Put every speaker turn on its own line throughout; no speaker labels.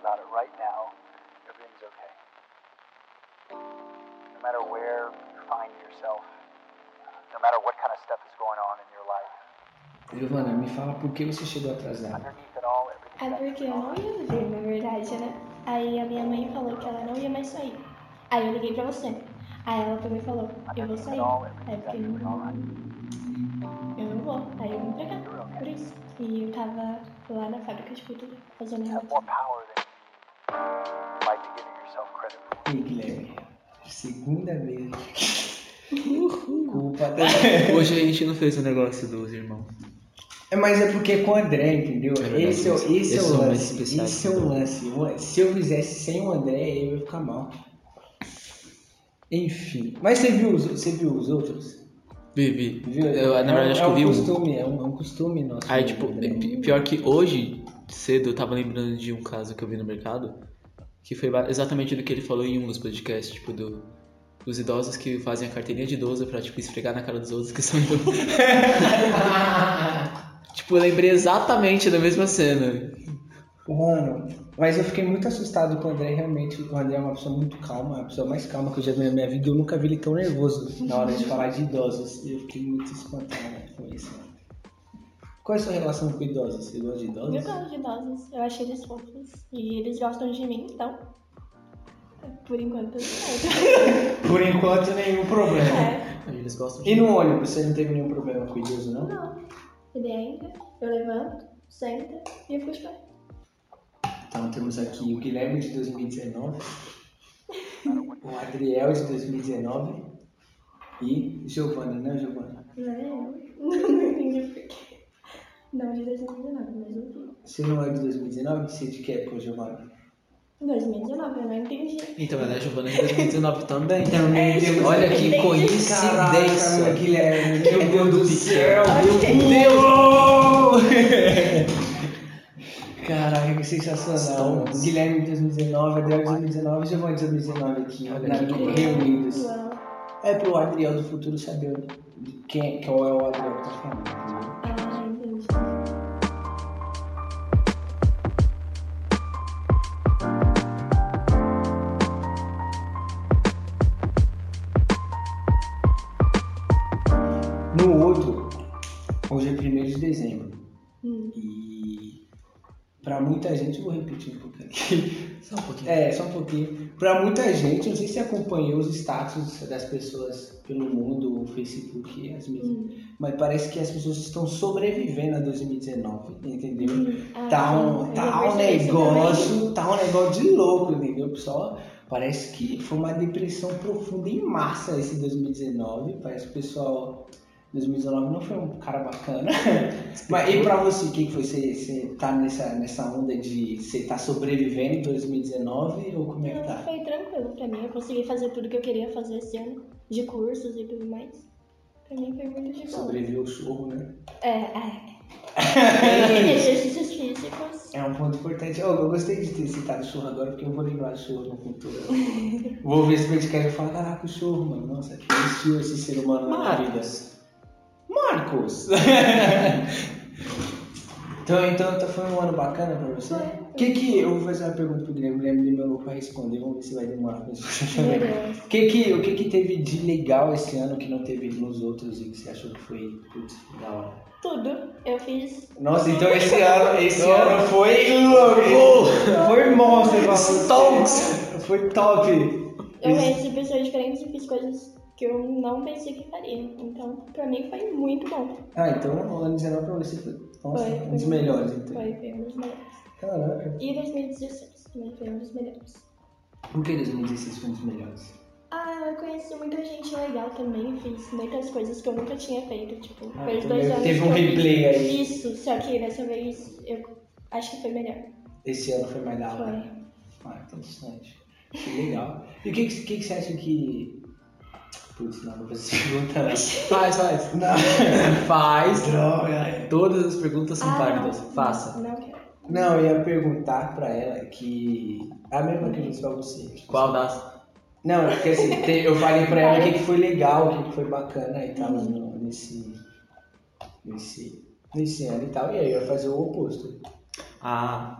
about it right now, everything's okay. No matter where you find yourself, no matter what kind of stuff is going on in your life,
Giovana, me fala por que você chegou atrasada.
underneath it all, everything.
É porque eu não ia ver, na verdade, né? Aí a minha mãe falou que ela não ia mais sair. Aí eu liguei pra você. Aí ela também falou, eu vou sair. Aí eu fiquei, "Hum, eu não vou. Aí eu vim pra cá, por isso. E eu tava lá na fábrica de cultura, fazendo
You have
relatório.
more power than you like to give yourself credit for.
Ah,
E aí, Guilherme? Segunda vez. Culpa da...
Hoje a gente não fez o negócio dos irmãos.
É, Mas é porque é com o André, entendeu?
É verdade,
Esse é, o- esse é
esses
o
são mais
lance.
especiais. então.
Esse é o lance. O- Se eu fizesse sem o André, eu ia ficar mal. Enfim. Mas você viu os, você viu os outros?
Vivi,
Viu?
eu, na verdade
é,
acho
é
que eu vi
um
um.
costume, é um, é um costume nosso.
Aí,
né,
tipo,
André?
é pi- pior que hoje, cedo, eu tava lembrando de um caso que eu vi no mercado, que foi ba- exatamente do que ele falou em um dos podcasts, tipo, do, dos idosos que fazem a carteirinha de idoso pra, tipo, esfregar na cara dos outros que são idosos. tipo, eu lembrei exatamente da mesma cena.
Mano, mas eu fiquei muito assustado com o André, realmente. O André é uma pessoa muito calma, a pessoa mais calma que eu já vi na minha vida. Eu nunca vi ele tão nervoso na hora de falar de idosos. Eu fiquei muito espantado com isso. mano. Qual é a sua relação com idosos? Você gosta de
Eu
idosos?
gosto de idosos, eu achei eles fofos. E eles gostam de mim, então. Por enquanto, tudo certo.
Por enquanto, nenhum problema.
É.
Eles gostam de...
E no ônibus, você não teve nenhum problema com idoso, não?
Não. Ele entra, eu levanto, senta e eu fico de pé.
Então temos aqui o Guilherme de 2019, o Adriel de 2019 e Giovana, né, Giovana?
Não, não entendi por quê. Não de 2019, mas enfim.
Você não é de 2019? Você é de que época, Giovana?
2019, eu não entendi.
Então, ela é Giovana de 2019 também.
Também temos.
Olha que
Entendi.
Caraca, meu
coincidência.
Guilherme, meu Deus do céu,
Ok.
meu Deus! Caraca, que sensacional.
Estamos.
Guilherme de 2019, Adriel de 2019, Giovanni de 2019 aqui,
Olha
na-
que coisa.
reunidos.
Uau.
É pro Adriel do futuro saber de quem, qual é o Adriel que tá falando. entendeu?
Ah, entendi.
No outro, hoje é 1 de dezembro.
Hum.
E pra muita gente, eu vou repetir um pouquinho.
Só um pouquinho.
É, só um pouquinho. Pra muita gente, eu não sei se você acompanhou os status das pessoas pelo mundo, o Facebook, as mesmas.
Hum.
Mas parece que as pessoas estão sobrevivendo a 2019, entendeu?
Ah,
Tá
sim,
um,
eu
tá um
percebi isso também.
negócio, tá um negócio de louco, entendeu, pessoal? Parece que foi uma depressão profunda em massa esse 2019. Parece que o pessoal 2019 não foi um cara bacana. Mas e pra você, o que que foi? Você, você tá nessa, nessa onda de você tá sobrevivendo em 2019 ou como é que
Não,
tá?
foi tranquilo pra mim. Eu consegui fazer tudo que eu queria fazer esse ano, de cursos e tudo mais. Pra mim foi muito de boa.
Sobreviveu o churro, né?
É, é. Exercícios físicos.
É um ponto importante. Oh, eu gostei de ter citado churro agora, porque eu vou lembrar do churro no futuro. vou ver esse podcast e falar, caraca, o churro, mano. Nossa, que existiu esse ser humano na minha vida. Marcos! então, então tá- foi um ano bacana pra você?
Foi.
O que que... Eu vou fazer uma pergunta pro Guilherme, o Guilherme demorou pra responder, vamos ver se vai demorar pra você
Meu
também.
Deus.
O que que, o que que teve de legal esse ano que não teve nos outros e que você achou que foi, putz, da hora?
Tudo. Eu fiz.
Nossa, então esse ano, esse
Nossa.
ano foi louco! Foi monstro, pra você.
Stonks.
Foi top!
Eu conheci pessoas diferentes e fiz coisas que eu não pensei que faria. Então, pra mim foi muito bom.
Ah, então o ano 19 pra você foi, nossa,
Foi,
um dos
foi.
melhores, então.
Foi, foi um dos melhores.
Caraca.
E 2016 também foi um dos melhores.
Por que 2016 foi um dos melhores?
Ah, eu conheci muita gente legal também. Fiz muitas coisas que eu nunca tinha feito. Tipo,
Ah,
foi os
então
dois
teve-
anos.
teve
que
um
eu fiz
replay aí.
Isso, só que dessa vez eu acho que foi melhor.
Esse ano foi mais da hora.
Foi.
Ah, interessante. Que legal. E o que, que, que que você acha que. Putz, não, vou fazer essa pergunta. não.
Faz, faz.
Não.
É, Faz.
Droga!
Todas as perguntas são
Ah,
válidas. Faça.
Não quero.
Não, eu ia perguntar pra ela que. é A mesma que eu disse pra você. Tipo,
Qual das?
Não, porque assim, te- eu falei pra ela o que, que foi legal, o que, que foi bacana e tal
Uhum.
no- nesse, nesse, nesse ano e tal. E aí eu ia fazer o oposto.
Ah.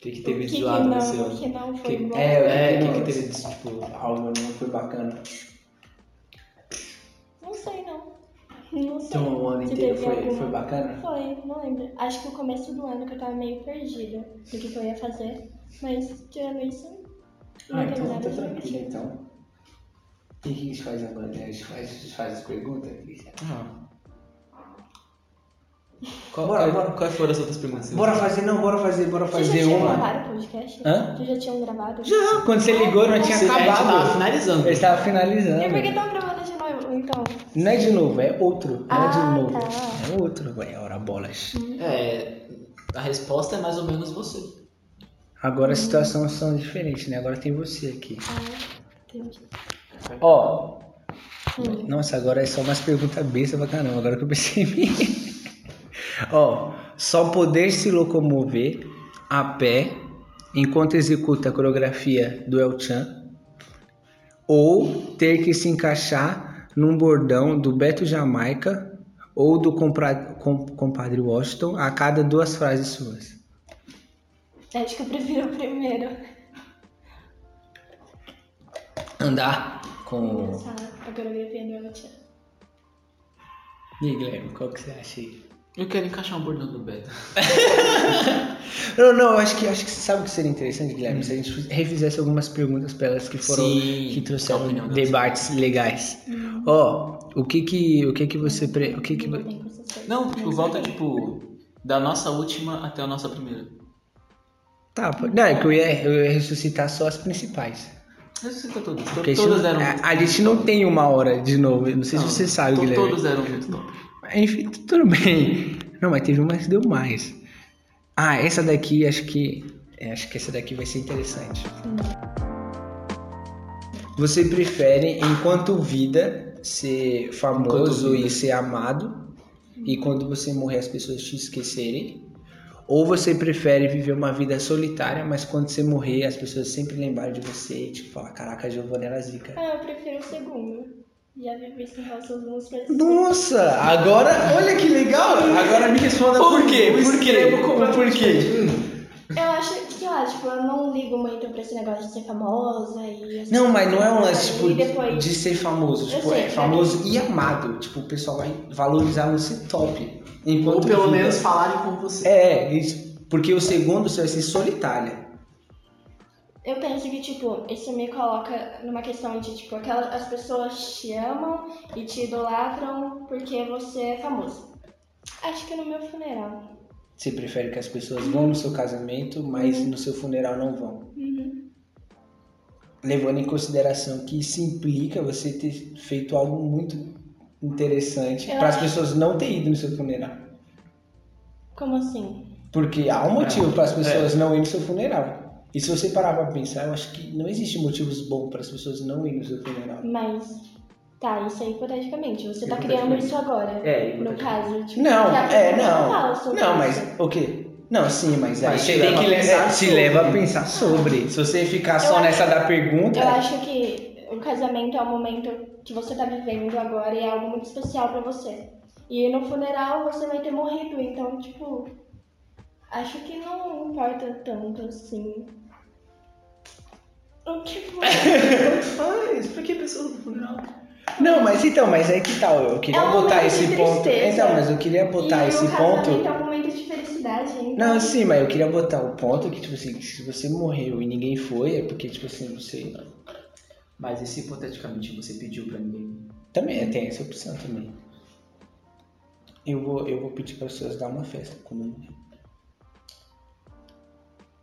que, que
O
teve
que
de
que
zoado no
não,
seu.
o que não foi
que-
bom.
É, o
É,
que que
o que,
não-
que teve de tipo.
Algo não foi bacana.
Não sei, não. Não sei.
Então o ano
Se
inteiro
teve
foi,
alguma.
foi bacana?
Foi, não lembro. Acho que o começo do ano que eu tava meio perdida do que, que eu ia fazer. Mas tirando isso, não
Ah,
teve
então
nada
tá
de
tranquilo
negativo.
então. O que, que a gente faz agora? né? A gente faz, a gente faz as perguntas? Cris?
Ah. Qual,
Bora,
qual-
bora.
Quais foram as outras perguntas?
Bora fazer, não, bora fazer, bora
tu
fazer
já tinha
uma.
gravado o podcast?
um Hã?
Tu já tinha gravado?
Já, quando você ligou não tinha
Você-
tá
a gente tava
acabado.
finalizando.
Eu estava
E por que
finalizando.
tão gravando de novo, então?
Não é de novo, é outro. Não é de
Ah,
novo.
tá.
É outro, ué, ora bolas.
É, a resposta é mais ou menos você.
Agora a situação são diferentes, né? Agora tem você aqui.
Ah, entendi.
Ó,
Hum.
nossa, agora é só umas perguntas besta pra caramba, agora que eu percebi. Ó, só poder se locomover a pé enquanto executa a coreografia do El Chan ou ter que se encaixar num bordão do Beto Jamaica ou do compra- com- compadre Washington a cada duas frases suas.
É, Acho que eu prefiro o primeiro.
Andar com...
Engraçado, a coreografia do Elton.
E aí, Guilherme, qual que você acha aí?
Eu quero encaixar um bordão do Beto.
Não, não, eu acho que, acho que sabe o que seria interessante, Guilherme? Se a gente refizesse algumas perguntas para elas que foram
Sim,
que
qual a
trouxeram
opinião delas?
debates legais. Ó, o que que o que que você pre... o que que
Não tem com essas coisas.
Não, tipo, volta tipo da nossa última até a nossa primeira.
tá, pô. não, é que eu ia, eu ia ressuscitar só as principais.
Ressuscita todas. To-
Porque a gente
todas
não-
eram.
a, a gente não tem uma hora de novo, eu não sei
Não,
se você sabe,
to-
Guilherme.
Todas eram muito top.
Enfim, tudo bem. Não, mas teve uma que deu mais. Ah, essa daqui acho que. é, acho que essa daqui vai ser interessante. Você prefere, enquanto vida, ser famoso
Enquanto vida.
e ser amado, e quando você morrer as pessoas te esquecerem? Ou você prefere viver uma vida solitária, mas quando você morrer as pessoas sempre lembrarem de você e tipo falar: caraca, a Giovanna era zica.
Ah, eu prefiro o segundo. Já vivi isso em relação aos meus pais.
Nossa, agora, olha que legal! Agora me responda um
Por
por
quê?
quê?
Por quê?
Por quê?
Eu acho que, sei lá, tipo, eu não ligo muito pra esse negócio de ser famosa e... essas
Não, mas não é um
coisas. né?
lance tipo,
E depois...
de ser famoso.
Eu
Tipo,
sei,
é
né?
famoso e amado. Tipo, o pessoal vai valorizar você top. Enquanto
Ou pelo
vida-
menos falarem com você.
É, isso. Porque o segundo você vai ser solitária.
Eu penso que, tipo, isso me coloca numa questão de, tipo, aquela, as pessoas te amam e te idolatram porque você é famoso. Acho que no meu funeral.
Você prefere que as pessoas vão no seu casamento, mas no seu funeral não vão.
Uhum.
Levando em consideração que isso implica você ter feito algo muito interessante
Eu
para as
acho-
pessoas não terem ido no seu funeral.
Como assim?
Porque há um motivo para as pessoas não irem no seu funeral. E se você parar para pensar, eu acho que não existe motivos bons para as pessoas não irem no seu funeral.
Mas, tá, isso é hipoteticamente. Você tá
Hipoteticamente.
criando isso agora.
É,
No caso, tipo...
Não,
que a
é,
pessoa
não.
fala sobre
Não,
isso.
mas o quê? Não, sim, mas aí
Mas
você
te
tem
leva
que
a
leva,
pensar
se
sobre.
leva a pensar sobre. Se você ficar só
acho-
nessa da pergunta,
Eu acho que o casamento é um momento que você tá vivendo agora e é algo muito especial pra você. E no funeral você vai ter morrido, então, tipo, acho que não importa tanto assim. Então, tipo, O que foi?
Faz, É, pra que pessoas no funeral?
não, mas então, mas aí que tal? Eu queria
É um
botar
momento
esse
de
ponto.
tristeza.
Então, mas eu queria botar
e
esse
o casamento
ponto.
é um momento de felicidade, então, hein?
Não, sim, mas eu queria botar o ponto que tipo assim, se você morreu e ninguém foi, é porque tipo assim, você
Mas e se hipoteticamente você pediu pra ninguém?
também tem essa opção também. Eu vou, eu vou pedir para as pessoas dar uma festa quando eu morrer.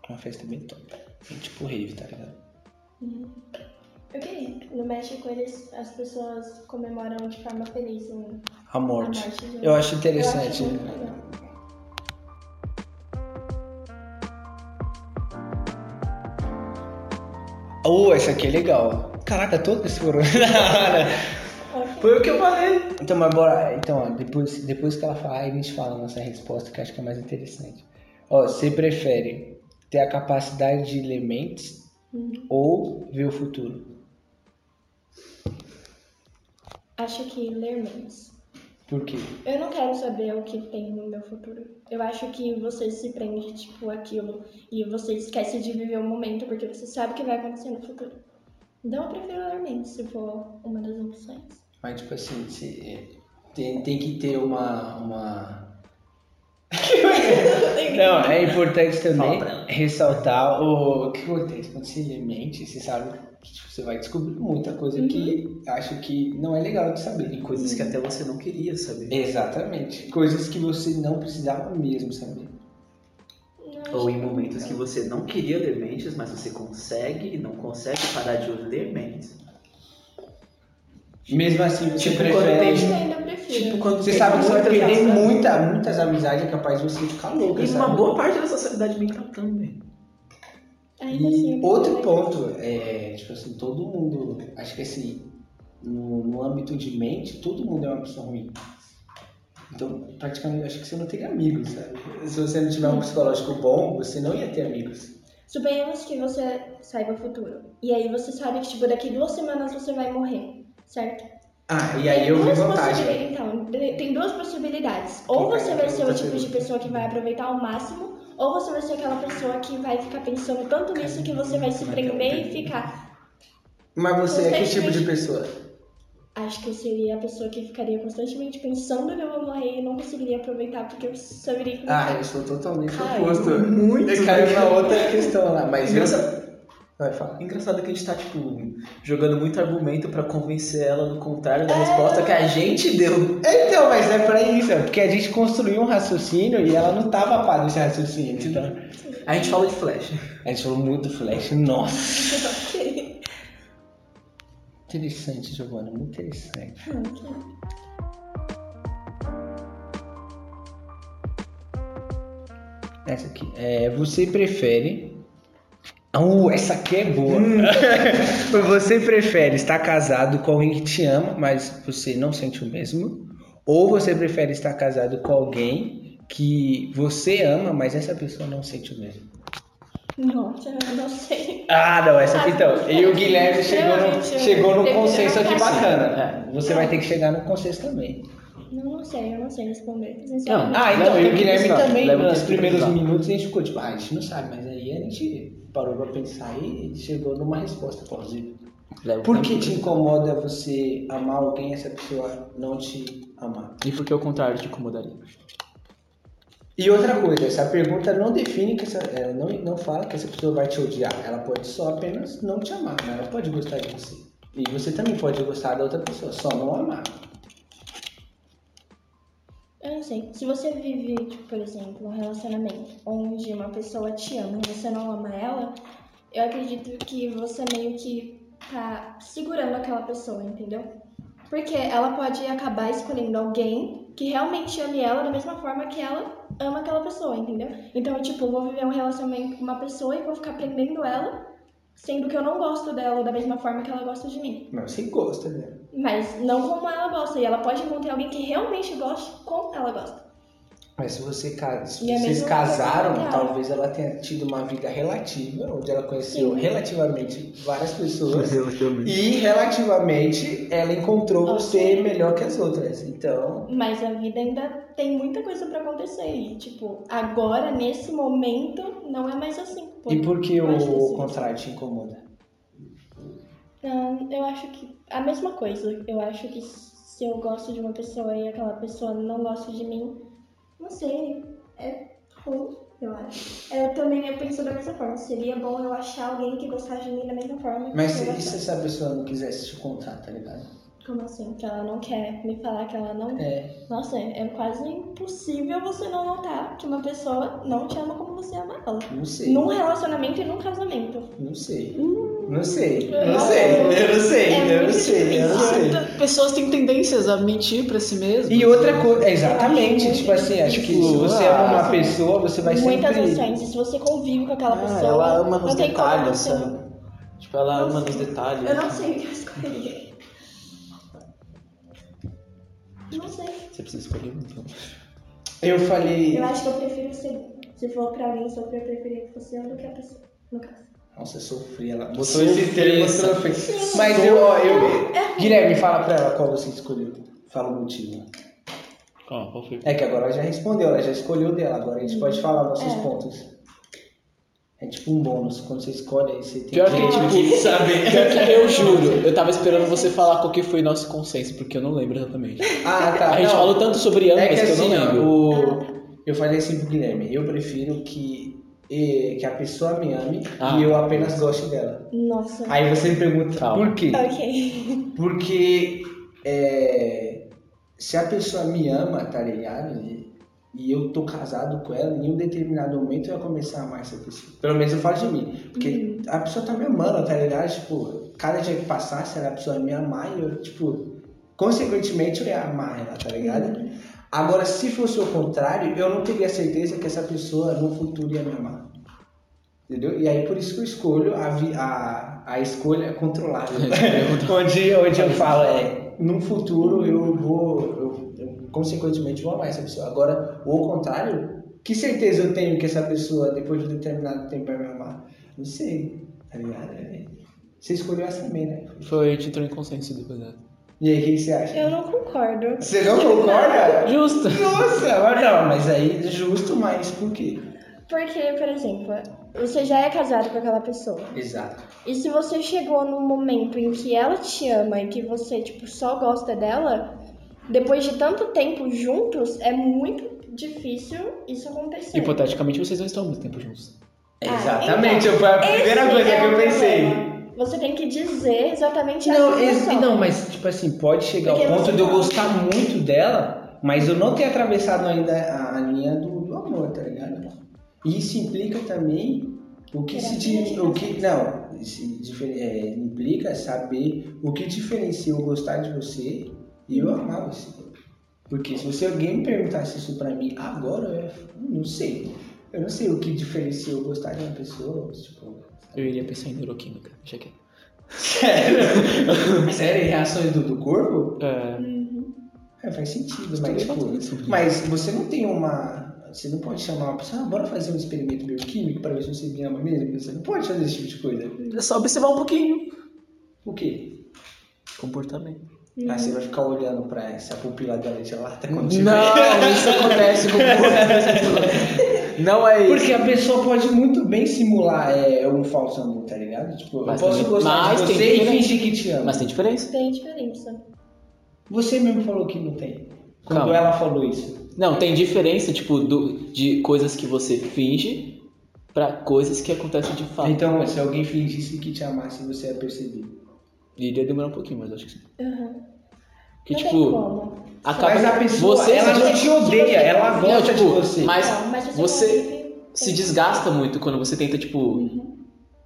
Uma festa bem top. Bem tipo rave, tá ligado?
Eu queria. No México, eles, as pessoas comemoram de forma feliz né?
A
a
morte.
morte de um
Eu acho
Eu acho
interessante. né?
muito legal.
Oh, essa aqui é legal. Caraca, todas foram da hora.
Ok.
Foi o que eu falei. Então, mas bora. Então, ó, depois, depois que ela falar, a gente fala a nossa resposta, que eu acho que é mais interessante. Ó, você prefere ter a capacidade de ler mentes
Hum.
ou ver o futuro?
Acho que ler menos.
Por quê?
Eu não quero saber o que tem no meu futuro. Eu acho que você se prende, tipo, aquilo e você esquece de viver o momento porque você sabe o que vai acontecer no futuro. Então eu prefiro dormir, se for uma das opções.
Mas, tipo assim, se- é, tem, tem que ter uma. uma... Não, é importante também ressaltar o que acontece quando você lê mente, você sabe que tipo, você vai descobrir muita coisa que acho que não é legal de saber.
E coisas que até você não queria saber.
Exatamente. Coisas que você não precisava mesmo saber.
Não,
É.
acho
Ou
que-
em momentos que você não queria ler mentes, mas você consegue e não consegue parar de ler mentes.
Mesmo assim, você
Tipo, quando
prefere.
Eu acho que ainda prefiro.
Tipo, quando
É. Você sabe que você vai
muitas
perder
amizades-
muita, né? muitas amizades, é capaz de você ficar louco.
E
sabe?
uma boa parte da sociedade mental também.
Ainda assim, é
um
E
muito
outro
legal.
ponto é, tipo assim, todo mundo, acho que assim, no, no âmbito de mente, todo mundo é uma pessoa ruim. Então, praticamente, acho que você não tem amigos, sabe? Se você não tiver um psicológico bom, você não ia ter amigos.
Suponhamos que você saiba o futuro. E aí você sabe que, tipo, daqui duas semanas você vai morrer, certo?
Ah, e aí eu vi
Duas
vantagem.
possibilidades, Então, de- tem duas possibilidades. Ou
Quem
você
vai-
vai
quem
ser o
vai
tipo
ser?
de pessoa que vai aproveitar ao máximo, ou você vai ser aquela pessoa que vai ficar pensando tanto nisso que você vai se
Como é que é o
prender e
termo?
ficar.
Mas você é que
Constantemente.
tipo de pessoa?
Acho que eu seria a pessoa que ficaria constantemente pensando que eu vou morrer e não conseguiria aproveitar porque eu saberia que
Ah, eu sou totalmente
Caiu
oposto.
muito,
É, Eu Caiu
né?
na outra questão lá, mas eu...
Engraçado,
Vai falar.
engraçado que a gente tá, tipo, jogando muito argumento pra convencer ela do contrário da
É.
resposta que a gente deu.
Então, mas é pra isso, é porque a gente construiu um raciocínio e ela não tava a par desse raciocínio, então...
A gente fala de flash.
A gente falou muito Flash, nossa. Interessante, Giovana, muito interessante. Essa aqui. É, você prefere. Uh, essa aqui é boa. você prefere estar casado com alguém que te ama, mas você não sente o mesmo? Ou você prefere estar casado com alguém que você ama, mas essa pessoa não sente o mesmo?
Nossa, eu não sei.
Ah, não, essa aqui então. E o Guilherme chegou no,
Extremamente,
chegou no
eu-
consenso aqui
eu-
bacana. Você vai ter que chegar no consenso também.
Não, não sei, eu não sei responder. Sinceramente.
Ah, então,
Leva
e o
tempo de
Guilherme
pensar,
também,
leva
nos
tempo de
primeiros
pensar.
minutos a gente ficou tipo, ah, a gente não sabe, mas aí a gente parou pra pensar e chegou numa resposta plausível.
Né? É
Por que te incomoda você amar alguém e essa pessoa não te amar?
E porque ao contrário te incomodaria?
E outra coisa, essa pergunta não define que essa, ela não, não fala que essa pessoa vai te odiar. Ela pode só apenas não te amar, mas ela pode gostar de você. E você também pode gostar da outra pessoa, só não amar.
Eu não sei. Se você vive, tipo, por exemplo, um relacionamento onde uma pessoa te ama e você não ama ela, eu acredito que você meio que tá segurando aquela pessoa, entendeu? Porque ela pode acabar escolhendo alguém que realmente ame ela da mesma forma que ela ama aquela pessoa, entendeu? Então, eu, tipo, vou viver um relacionamento com uma pessoa e vou ficar prendendo ela, sendo que eu não gosto dela ou da mesma forma que ela gosta de mim.
Mas você gosta né? dela.
Mas não como ela gosta. E ela pode encontrar alguém que realmente goste como ela gosta.
Mas se você ca- se
E é
vocês
mesmo
casaram,
complicado.
talvez ela tenha tido uma vida relativa, onde ela conheceu
Sim.
relativamente várias pessoas.
né? Relativamente.
E relativamente ela encontrou
Ok.
você melhor que as outras. Então.
Mas a vida ainda tem muita coisa pra acontecer. E, tipo, agora, nesse momento, não é mais assim. Pô,
e por que
eu acho
o
assim.
contrário te incomoda?
Ah, eu acho que a mesma coisa. Eu acho que se eu gosto de uma pessoa e aquela pessoa não gosta de mim, não sei. É ruim, eu acho. É, Eu também eu penso da mesma forma. Seria bom eu achar alguém que gostasse de mim da mesma forma. que
Mas
eu
se, e
gosto.
se essa pessoa não quisesse te contar, tá ligado?
Como assim? Que ela não quer me falar que ela não
É.
Nossa, é quase impossível você não notar que uma pessoa não te ama como você ama ela.
Não sei.
Num relacionamento e num casamento.
Não sei.
Hum.
Não sei.
eu
Não
não
sei.
sei.
Eu não sei.
É
Eu não
muito
sei. Eu não
difícil.
sei.
Pessoas têm tendências a mentir pra si mesmas.
E outra coisa, exatamente,
muito
tipo assim, acho que se
difícil.
você ama uma
Ah,
pessoa, você vai
Muitas
sempre...
opções. E se você convive com aquela
Ah,
pessoa.
ela ama nos
não tem como
detalhes,
você
sabe?
não-
Tipo, ela
Não sei.
ama nos detalhes. né?
Eu não sei o que eu escolheria. Não sei.
Você precisa escolher um. então.
Eu falei...
Eu acho que eu prefiro ser. Se for pra alguém sofrer, eu preferia que fosse eu do que a pessoa. No caso.
Nossa, sofri, ela botou
Sofri,
esse termo,
essa-
sofri. Mas eu, ó, eu... Guilherme, fala pra ela qual você escolheu. Fala o motivo.
Calma, qual foi?
É que agora ela já respondeu, ela já escolheu dela, agora a gente pode falar nossos
É.
pontos. É tipo um bônus, quando você escolhe, aí você tem
Pior que,
Ah.
tipo,
Que
saber. Pior que eu juro, eu tava esperando você falar qual que foi nosso consenso, porque eu não lembro exatamente.
Ah, tá.
A gente
não.
falou tanto sobre ambas
É que,
que, eu
assim,
não
ó,
lembro.
o- Eu falei assim pro Guilherme, eu prefiro que, eh, que a pessoa me ame
Ah.
e eu apenas goste dela.
Nossa.
Aí você me pergunta,
Calma.
por
Tá,
quê?
Ok.
Porque é, se a pessoa me ama, tá ligado? E, e eu tô casado com ela, em um determinado momento eu ia começar a amar essa pessoa. Pelo menos eu falo de mim. Porque a pessoa tá me amando, tá ligado? Tipo, cada dia que passasse, ela a pessoa ia me amar e eu, tipo, consequentemente eu ia amar ela, tá ligado? Agora, se fosse o contrário, eu não teria certeza que essa pessoa no futuro ia me amar. Entendeu? E aí por isso que eu escolho a, vi- a, a escolha controlável. onde, onde eu falo é, num futuro eu vou, eu, eu, consequentemente vou amar essa pessoa. Agora, o contrário, que certeza eu tenho que essa pessoa depois de um determinado tempo vai me amar? Não sei, tá ligado? É, Você escolheu essa também, né?
Foi, a gente entrou em consenso depois né? dela.
E aí, o que você acha?
Eu não concordo.
Você não concorda?
Justo!
Nossa, mas não, mas aí é justo, mas por quê?
Porque, por exemplo, você já é casado com aquela pessoa.
Exato.
E se você chegou num momento em que ela te ama e que você, tipo, só gosta dela, depois de tanto tempo juntos, é muito difícil isso acontecer.
Hipoteticamente, vocês não estão há muito tempo juntos.
Ah,
Exatamente, foi a primeira
Esse
coisa
é
que eu
o
pensei.
problema. Você tem que dizer exatamente
Não,
essa
ex-
situação.
não, mas tipo assim, pode chegar
Porque
ao
você
ponto de eu
não-
gostar muito dela, mas eu não ter atravessado ainda a, a linha do, do amor, tá ligado? E isso implica também o que se
Terapia
di-
de
o que não se difer- é, implica saber o que diferencia eu gostar de você e eu amar você. Porque se você alguém me perguntasse isso pra mim agora, eu ia falar, não sei. Eu não sei o que diferencia eu gostar de uma pessoa, tipo,
Eu iria pensar em neuroquímica, já que é.
Sério? Sério? Em reações do, do corpo?
é.
Uhum.
É, faz sentido,
Estudei
mas, tipo,
bastante sobre
mas você não tem uma. Você não pode chamar uma pessoa, ah, bora fazer um experimento bioquímico para ver se você me ama mesmo. Você não pode fazer esse tipo de coisa.
É só observar um pouquinho.
O quê?
Comportamento.
Ah, você vai ficar olhando pra essa pupila dela de lata
Não,
quando
isso acontece com muitas pessoas. Não é isso.
Porque a pessoa pode muito bem simular é, um falso amor, tá ligado? Tipo,
Mas
eu posso
tem-
gostar
mas
de
tem
você e
diferença.
fingir que te ama.
Mas tem diferença.
Tem diferença.
Você mesmo falou que não tem. Quando é
Calma.
ela falou isso.
Não, tem diferença, tipo, do- de coisas que você finge pra coisas que acontecem de fato.
Então, se alguém fingisse que te amasse, você é ia perceber.
Iria demorar um pouquinho, mas acho que sim.
Uhum.
Porque,
não tem
tipo,
como.
acaba.
Mas a pessoa,
você
ela
se
não
des-
te odeia, ela
Não,
gosta
tipo,
de você.
Mas,
Não, mas
você
convive-
se desgasta muito quando você tenta, tipo,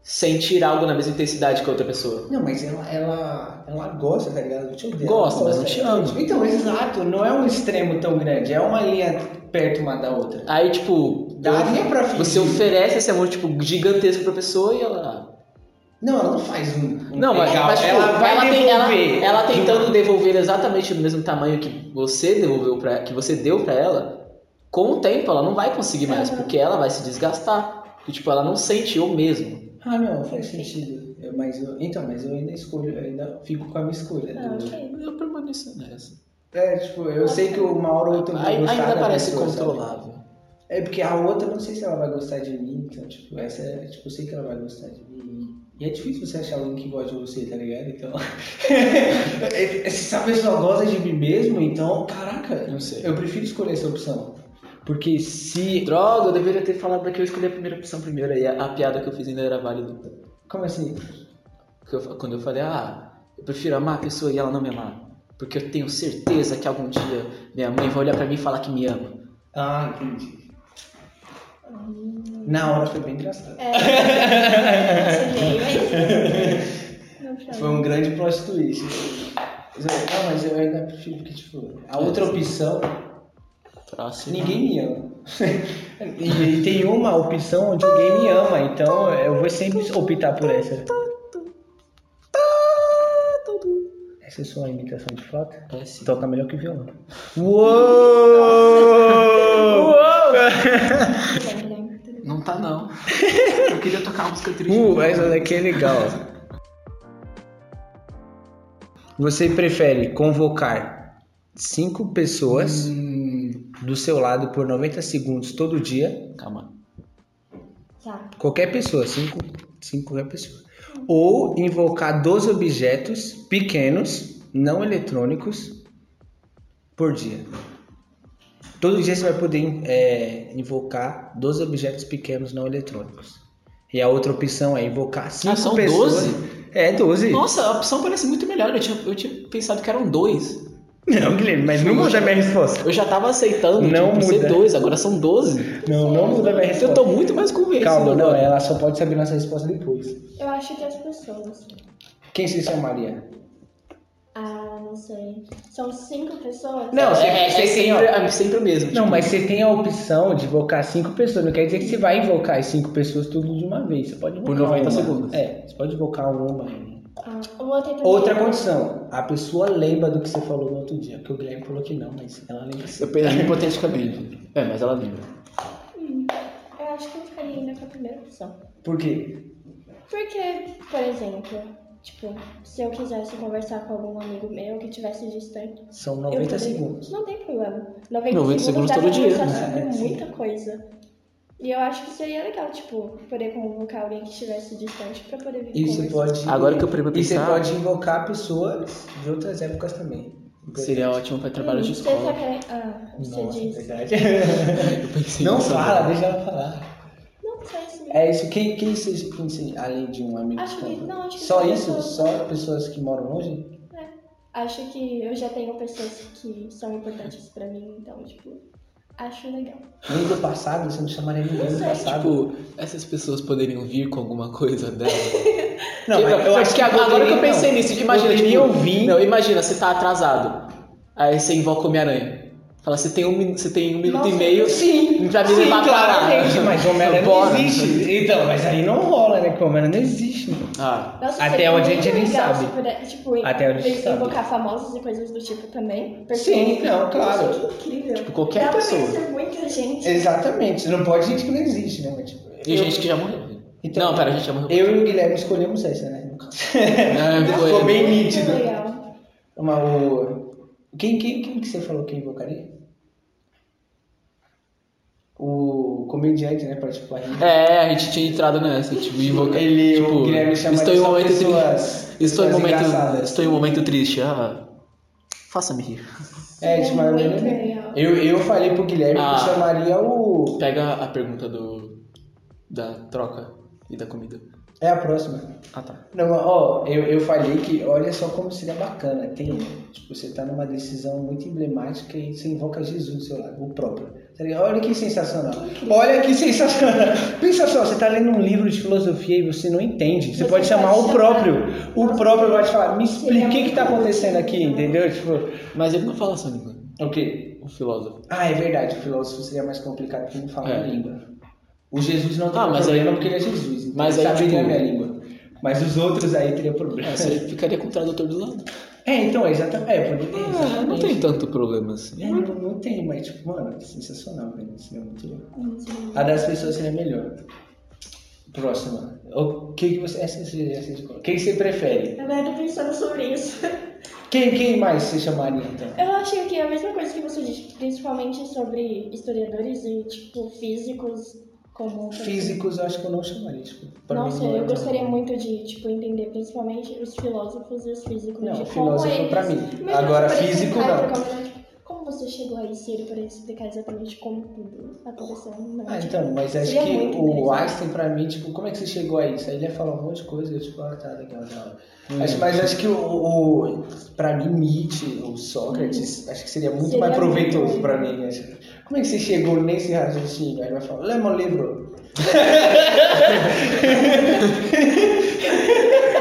sentir algo na mesma intensidade que a outra pessoa.
Não, mas ela, ela, ela gosta, tá ligado? Não te odeia.
Gosta,
ela
mas não te ama.
Então, exato, não é um extremo tão grande, é uma linha perto uma da outra.
Aí, tipo,
Daria pra fingir.
você oferece esse amor, tipo, gigantesco pra pessoa e ela.
Não, ela não faz um. um
Não, mas,
legal.
mas, tipo,
ela vai
tem- ela-
devolver. Tipo,
ela tentando devolver exatamente do mesmo tamanho que você devolveu para que você deu pra ela, com o tempo ela não vai conseguir mais,
Aham.
porque ela vai se desgastar. E, tipo, ela não sente o mesmo.
Ah, não, faz sentido. Eu- mas eu, então, mas eu ainda escolho, eu ainda fico com a minha escolha.
Ah,
do-
ok.
Eu permaneço nessa.
É, tipo, eu sei que uma hora ou outra eu vou
Aí-
gostar
ainda
da
parece
pessoa, sabe?
controlável.
É porque a outra, eu não sei se ela vai gostar de mim, então, tipo, essa, é, tipo, eu sei que ela vai gostar de mim. E é difícil você achar alguém que gosta de você, tá ligado? Então. é, se a pessoa gosta de mim mesmo, então, caraca,
Não sei.
eu prefiro escolher essa opção. Porque se.
Droga, eu deveria ter falado que eu escolhi a primeira opção primeiro, aí a, a piada que eu fiz ainda era válida.
Como assim?
Porque eu- quando eu falei, ah, eu prefiro amar a pessoa e ela não me amar. Porque eu tenho certeza que algum dia minha mãe vai olhar pra mim e falar que me ama.
Ah, entendi. Na hora foi bem engraçado.
É. Não sei, mas-
Foi um grande plot twist. Mas eu- Não, mas eu ainda prefiro que, tipo, a outra opção
Próximo.
Ninguém me ama. e, e tem uma opção onde alguém me ama, então eu vou sempre optar por essa. Essa é só uma imitação de flauta?
É, sim.
Toca melhor que violão. Uou!
Não, não.
Não tá não. Eu queria tocar uma música triste.
Uh, essa daqui é legal. Você prefere convocar cinco pessoas
Hum,
do seu lado por 90 segundos todo dia,
Calma.
Tá.
qualquer pessoa, cinco, cinco qualquer pessoa, ou invocar 12 objetos pequenos, não eletrônicos, por dia. Todo dia você vai poder é, invocar 12 objetos pequenos não eletrônicos. E a outra opção é invocar 5
Ah, são
pessoas.
12?
É, 12.
Nossa, a opção parece muito melhor. Eu tinha, eu tinha pensado que eram dois.
Não, Guilherme, mas não muda a minha resposta.
Eu já tava aceitando
Não
tipo, ser
muda.
dois, agora são 12.
Não, não muda a minha
Eu
resposta.
tô muito mais convencido.
Calma, não, é-
agora.
ela só pode saber nossa resposta depois.
Eu acho que as pessoas.
Quem se chamaria?
Ah, não sei. São cinco pessoas?
Não, você,
É, é
você tem,
sempre,
ó,
é sempre o mesmo.
Não,
tipo,
mas você tem a opção de invocar cinco pessoas. Não quer dizer que você vai invocar as cinco pessoas tudo de uma vez. Você pode invocar
90
uma.
segundos.
É, você pode invocar uma.
Ah, o outro é também-
Outra condição, a pessoa lembra do que você falou no outro dia. Porque o Guilherme falou que não, mas ela lembra sim.
Eu penso hipoteticamente. É, mas ela lembra.
Hum, Eu acho que eu ficaria ainda com a primeira opção.
Por quê?
Porque, por exemplo, tipo, se eu quisesse conversar com algum amigo meu que estivesse distante.
São
eu
90
poderia-
segundos.
Não tem problema. 90,
90 segundos
segundos dá
todo
pra
dia,
né?
conversar sobre
É, sim.
muita coisa. E eu acho que seria legal, tipo, poder convocar alguém que estivesse distante pra poder vir
E você
conversar.
pode.
Agora que eu parei pra
E você
pensar-
pode invocar pessoas de outras épocas também.
Seria ótimo pra um trabalho de
Hum, você
escola.
sabe- Ah, você
Nossa, é
diz.
verdade.
Eu pensei
não
nisso
fala,
agora.
deixa ela falar.
Não sei se.
É isso. Quem, quem, se, quem se- além de um amigo?
Acho que-
comum?
não, acho que
só
só
isso?
pessoas-
Só pessoas que moram longe?
Acho que eu já tenho pessoas que são importantes pra mim, então, tipo, acho legal.
Nem do passado, você não chamaria ninguém do
sei,
passado.
Tipo, essas pessoas poderiam vir com alguma coisa dela.
não,
Tipo,
mas
porque agora, agora que eu
poderiam,
pensei
não.
nisso, imagina.
Poderiam
tipo,
vir.
Não, imagina, você tá atrasado. Aí você invoca o Homem-Aranha. Fala, você tem um, minu- você tem um minuto
Nossa,
e meio.
Sim,
Pra me
sim,
levar pra lá.
claramente, mas o Homem-Aranha não
Bora.
existe. Então, mas aí não rola, né? Porque o Homem-Aranha não existe.
Ah,
Nossa,
Até
seria
onde a gente
muito
nem
legal
sabe.
se puder, tipo,
Até onde a gente sabe.
invocar famosos e coisas do tipo também. porque-
Sim, não, claro.
Nossa, que incrível.
Tipo, qualquer
Dá pra
pessoa.
conhecer muita gente.
Exatamente, você não pode gente que não existe, né? Mas, tipo,
e
eu-
gente que já morreu.
Então-
não, pera, a gente já morreu.
Eu e o Guilherme escolhemos essa, né? No caso.
É, foi-
Ficou bem
Muito
nítido.
legal.
Uma, o... quem, quem, quem que você falou que invocaria? O comediante, né? Pra, tipo, a gente...
É, a gente tinha entrado nessa, tipo, invoca,
Ele- o
tipo,
Guilherme chama
estou
de
em um
só
momento
pessoas-
triste, estou em
pessoas
um momento,
engraçadas.
estou em um momento triste, ah, faça-me rir.
É, tipo, mais ou menos,
Muito
né?
legal.
eu, eu falei pro Guilherme
Ah.
que chamaria o.
Pega a pergunta do da troca e da comida.
É a próxima.
Ah, tá.
Não, ó, eu, eu falei que olha só como seria bacana. Tem, tipo, você tá numa decisão muito emblemática e você invoca Jesus do seu lado, o próprio. Tá ligado? Olha que sensacional. Olha que sensacional. Pensa só, você tá lendo um livro de filosofia e você não entende. Você,
Você
pode
pode
chamar o
chamar-
próprio. O próprio vai te falar, me
Seria
explica o que, que
muito
tá acontecendo aqui, entendeu? Tipo,
Mas ele não fala essa língua,
o quê?
o filósofo.
Ah, é verdade, o filósofo seria mais complicado porque não fala a
É.
língua. O Jesus não tem
Ah, mas
problema
aí-
porque ele é Jesus, então
mas
ele
aí,
saberia
tipo-
a minha língua. Mas os outros aí teriam problema.
É, você ficaria com o tradutor do lado.
É, então, é exatamente. É, poderia,
Ah, não
exatamente.
tem tanto problema assim.
É, não, não tem, mas tipo, mano, é sensacional, velho. Seria muito louco.
Muito legal.
A das pessoas seria melhor. Próxima. O que, que você. Essa seria essa de qual? Quem você prefere?
Agora eu tô tá pensando sobre isso.
Quem, quem mais você chamaria então?
Eu achei que é a mesma coisa que você disse, principalmente sobre historiadores e, tipo, físicos como...
Físicos, eu acho que eu não chamaria. Tipo, pra
Nossa,
mim, não é
eu
tão-
gostaria muito de, tipo, entender principalmente os filósofos e os físicos.
Não,
de
filósofo
como eles...
pra mim.
Imagina
Agora,
você poder
físico,
explicar
não.
pra comunidade né? Como você chegou a isso, ele poderia explicar exatamente como tudo aconteceu. tipo, na
Ah,
verdade.
então, mas acho
Seria
que
é muito
o
interessante.
Einstein, pra mim, tipo, como é que você chegou a isso? Aí ele ia falar um monte de coisa, eu tipo, ah, tá, legal, da hora.
Hum.
Acho- Mas acho que o, o, pra mim, Nietzsche, o Sócrates, acho que seria muito
Hum. Seria
mais
muito
proveitoso
bom.
pra mim. acho. Como é que você chegou nesse raciocínio? Aí ele vai falar, lê meu livro.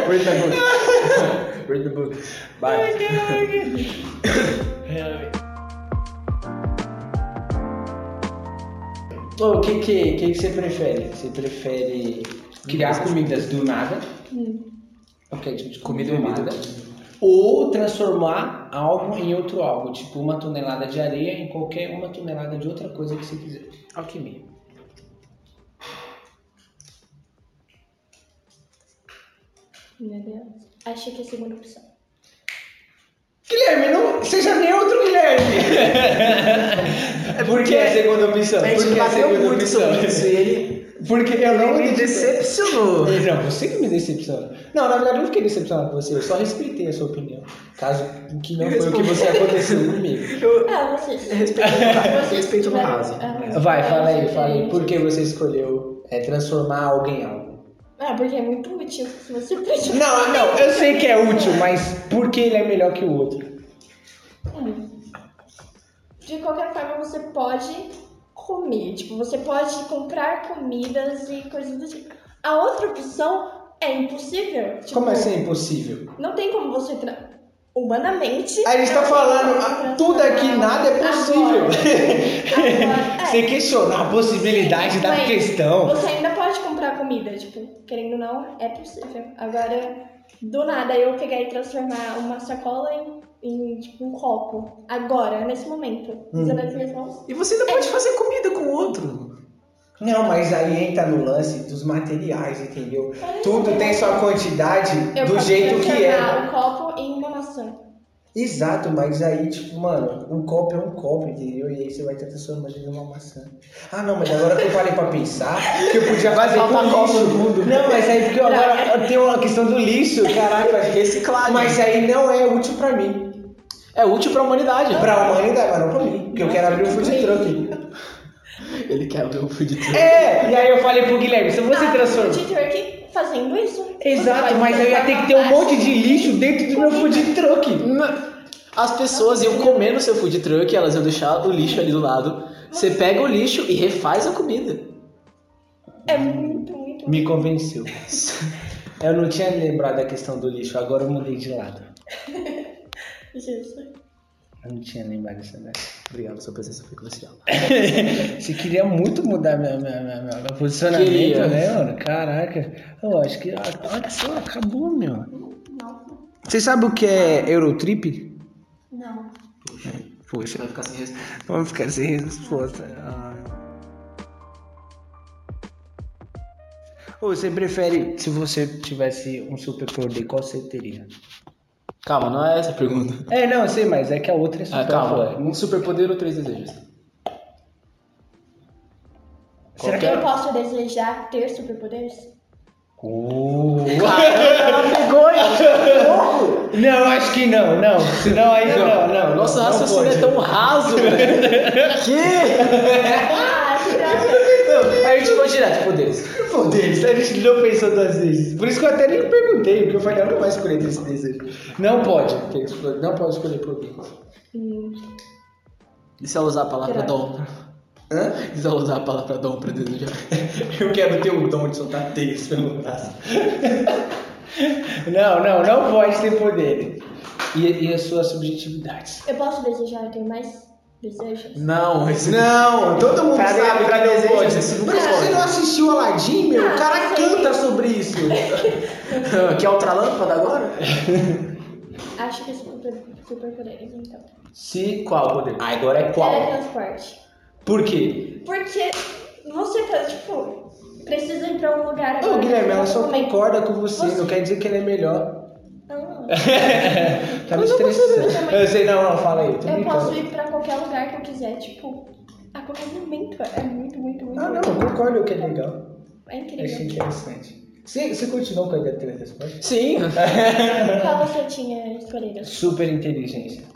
Read the book. Read the book. Bye.
Ô, O que, que, que que você prefere? Você prefere criar comidas do nada?
Hum,
Ok, tipo, de
Comida
comida
e
humada.
bebida.
Ou transformar algo em outro algo, tipo uma tonelada de areia em qualquer uma tonelada de outra coisa que você quiser. Alquimia.
meu Deus. Acho que é a segunda opção.
Guilherme, não,
seja neutro, é Guilherme.
Porque
a
segunda opção.
A gente
é
Porque a
bateu
segunda
muito
opção.
sobre isso e ele
Porque eu não
Ele
me
me
decepcionou.
Ele, Não, você que me decepciona. Não, na verdade eu não fiquei decepcionado com você, eu só respeitei a sua opinião. Caso que não foi o que você aconteceu comigo.
Ah, vocês.
Respeito no raso.
Ah,
Vai, fala aí,
vocês
fala aí.
tiverem-
Por que você escolheu é, transformar alguém em algo?
Ah, porque é muito útil. Se você precisa.
Não, não, eu sei que é útil, mas
Por que ele é melhor que o
Tipo,
outro?
Hum. De qualquer forma, você pode comer. Tipo, você pode comprar comidas e coisas do tipo. A outra opção é impossível. Tipo,
Como assim é impossível?
Não tem como você. Tra... Humanamente.
Aí a gente tá falando, ah, tudo aqui, nada é possível.
Agora, agora, é.
você questionar a possibilidade
Sim,
da
mas
questão.
Você ainda pode comprar comida, tipo, querendo ou não, é possível. Agora, do nada, eu pegar e transformar uma sacola em, em, tipo, um copo. Agora, nesse momento,
Hum.
usando as minhas mãos.
E você ainda pode fazer comida com o outro.
Não, mas aí entra no lance dos materiais, entendeu?
Olha
Tudo
isso.
tem sua quantidade
Eu
do
posso
jeito que é.
transformar um copo em uma maçã.
Exato, mas aí, tipo, mano, um copo é um copo, entendeu? E aí você vai estar transformando ele numa maçã. Ah, não, mas agora que eu parei pra pensar, que eu podia fazer com
Falta copo
lixo.
no mundo.
Não, é. mas aí, porque agora tem uma questão do lixo, caraca.
Reciclagem.
Mas aí não é útil pra mim.
É útil pra humanidade.
Pra humanidade, mas não pra mim, porque eu quero abrir um food truck.
Ele quer abrir um food truck.
É, e aí eu falei pro Guilherme, se você
Ah,
transforma...
food truck fazendo isso.
Exato, mas eu ia ter que ter um monte de lixo dentro do meu food truck.
Na- É, As pessoas iam comer no seu food truck, elas iam deixar o lixo ali do lado. Você pega o lixo e refaz a comida.
É muito, muito.
Me convenceu. Eu não tinha lembrado da questão do lixo, agora eu mudei de lado.
Isso.
Eu não tinha lembrado dessa daí.
Obrigado, sua presença foi crucial.
Você queria muito mudar meu, meu, meu, meu- meu posicionamento,
Queria.
né, mano? Caraca. Eu acho que. Olha só, acabou, meu.
Não.
Você sabe o que é Eurotrip?
Não.
Poxa,
Vai ficar sem resposta.
vamos ficar sem resposta. Ah. Ô, Você prefere, se você tivesse um superpoder, qual você teria?
Calma, não é essa a pergunta.
É, não, eu sei, mas é que a outra é super.
Ah, calma. Um superpoder ou três desejos?
Será que é?
Eu posso desejar ter superpoderes?
Não, acho que não, não. Senão aí não, não. não
Nosso
não
raciocínio
pode.
é tão raso, velho. que?
Ah, que graça.
Aí a gente foi direto, poderes.
Poderes, a gente não pensou duas vezes. Por isso que eu até nem perguntei, porque eu falei, eu não vou escolher desse desejo. Não pode, ter escolher- não pode escolher por mim.
Hum,
E se ela usar a palavra
Será?
dom?
Hã?
E se ela usar a palavra dom pra desejar?
Eu quero ter o dom de soltar teias pelo braço. Não, não, não pode ter poder. E, e as suas subjetividades.
Eu posso desejar ter mais desejos?
Não, esse
Não, todo mundo
Pra-
sabe
pra
que é não
desejo,
pode.
você nunca
Mas você
escolhe.
não assistiu Aladdin, meu? O cara
Ah,
canta sobre isso.
Quer outra lâmpada agora?
Acho que é super, superpoderes, então.
Se qual poder? Agora é
Teletransporte.
Por quê?
Porque você, tá, tipo, precisa ir pra um lugar
Ô,
agora, tipo, é
Guilherme, ela
você
só
também.
concorda com você,
Você-
não quer dizer que ela é melhor.
Não, não.
Tá me
Mas eu posso
estressando.
dizer também.
Eu sei, não, não, fala aí. Tô
Eu
brincando.
posso ir pra qualquer lugar que eu quiser, tipo, a qualquer momento. É muito, muito, muito.
Ah, não, eu concordo que é legal.
É
Achei
incrível.
interessante. Você, você continuou com a ideia de teletransporte?
Sim.
Qual você tinha escolhido?
É Super inteligência.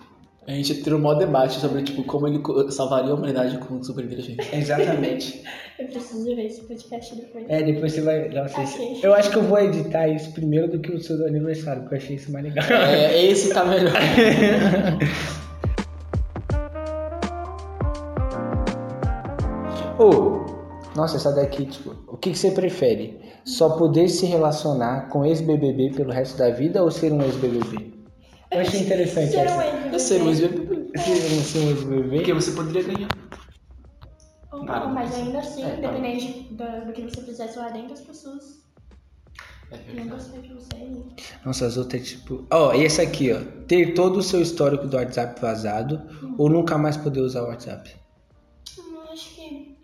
A gente teve um maior debate sobre, tipo, como ele co- salvaria a humanidade com super inteligente.
Exatamente.
Eu preciso ver esse podcast depois.
é, depois você vai. Nossa, esse-
Achei.
eu acho que eu vou editar isso primeiro do que o seu aniversário, porque eu achei isso mais legal.
É, esse tá melhor.
Ô, nossa, essa daqui, tipo, o que, que você prefere? Só poder se relacionar com ex-BBB pelo resto da vida ou ser um ex-BBB? Eu achei interessante
Ser um
essa.
ex-BBB.
Eu sei, mas eu-
Ser um- ser um ex-BBB?
porque você poderia ganhar.
Ou
Ah,
não, Um mas ainda assim,
É, tá.
independente do, do que você fizesse lá dentro, as pessoas
É
iam
tá.
verdade.
gostar de você. Hum, e-
Nossa, as outras, tipo... Ó, e esse aqui, ó. Ter todo o seu histórico do WhatsApp vazado ou nunca mais poder usar o WhatsApp?
Hum, eu acho que.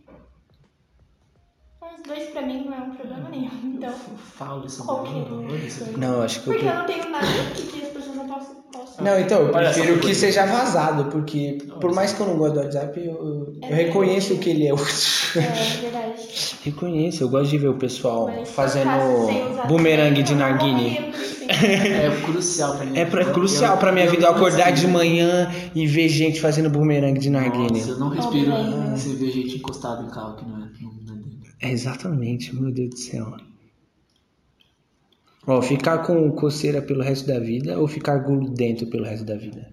Os dois pra mim não é um problema nenhum. Então,
Fala isso,
qualquer
mano.
um.
Olha isso.
Não, acho que eu...
Porque eu não tenho nada que, que as pessoas não posso. posso. é,
Não, então, eu
Olha essa
prefiro que
coisa.
seja vazado, porque por mais que eu não goste do WhatsApp, eu, eu
É
reconheço
verdade.
que ele é útil.
É verdade.
Reconheço, eu gosto de ver o pessoal
Mas se
fazendo
eu faço sem usar
bumerangue de
telefone,
Nagini.
eu preciso.
É crucial pra mim.
É pra- crucial pra minha vida eu acordar de manhã e ver gente fazendo bumerangue de narguilha.
Nossa, eu não respiro
Também.
se ver gente encostada em carro que não é. Não, não é dele.
É, exatamente, meu Deus do céu. Ó, ficar com coceira pelo resto da vida ou ficar grudento pelo resto da vida?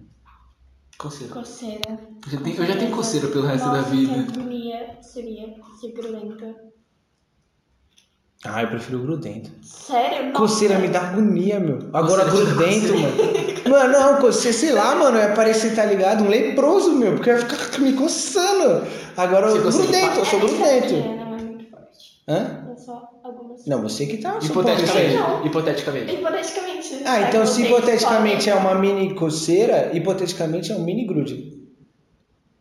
Coceira.
Coceira.
Eu já tenho, eu já tenho coceira pelo resto
Nossa,
da vida.
Que agonia seria ser grudenta.
Ah, eu prefiro grudento.
Sério? Nossa. é
Coceira me dá agonia, meu. Agora
Coceira te dá
grudento, mano. Mano, não, coceira, sei lá, mano, é parecer, tá ligado? Um leproso, meu, porque eu ia ficar me coçando. Agora eu
Você consegue
grudento, eu sou
É muito
grudento.
pequena, Não é muito forte.
Hã?
É só algumas.
Não, você que tá supondo isso aí.
Hipoteticamente.
Não.
Hipoteticamente.
Hipoteticamente.
Ah,
né?
então
Eu
se
tenho
hipoteticamente é
fome.
uma mini coceira, hipoteticamente é um mini grude.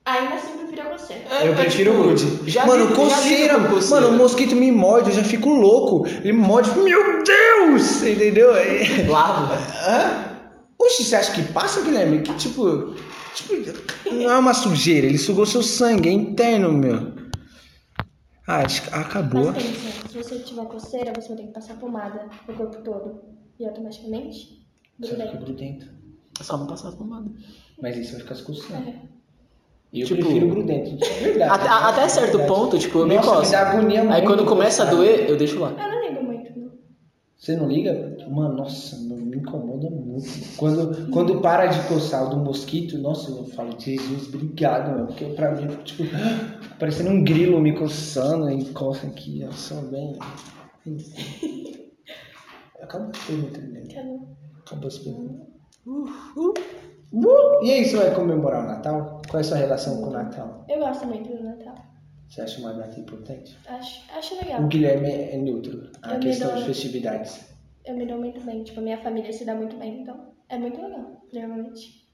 Ainda assim prefiro a coceira.
Ah, Eu prefiro
tipo,
o Woody.
já
mano,
lido- já lido
coceira,
com coceira.
Mano, o mosquito me morde, eu já fico louco. Ele me morde, meu Deus! Entendeu? É-
Lava.
Hã? Oxe, você acha que passa, Guilherme? Que tipo. Tipo, não é uma sujeira, ele sugou seu sangue, é interno, meu. Ah, acho que acabou.
Mas pensa, se você tiver coceira, você vai ter que passar pomada no corpo todo. E automaticamente,
Só fica
grudento.
grudento.
É só não passar a pomada.
Mas isso vai ficar se coçando.
É.
Eu
Tipo-
prefiro grudento, de verdade.
Até, a- até certo
Verdade.
ponto, tipo, eu me
Nossa, me
coço.
dá agonia
Aí
muito
quando começa a
coçar.
doer, eu deixo lá.
Eu não ligo muito, não.
Você não liga? Mano, nossa, mano, me incomoda muito. Quando, quando para de coçar o do mosquito, nossa, eu falo, Jesus, obrigado, mano. Porque pra mim, eu fico, tipo, parecendo um grilo me coçando e coça aqui, ó, só bem. Acabou as perguntas, né?
Tá bom.
Acabou as perguntas. Uh, E aí, você vai comemorar o Natal? Qual é a sua relação com o Natal?
Eu gosto muito do Natal.
Você acha uma data importante?
Acho, acho legal.
O Guilherme é neutro, a
Eu me
questão
dou-
de festividades.
Eu me dou muito bem. Tipo, minha família se dá muito bem, então é muito legal, geralmente.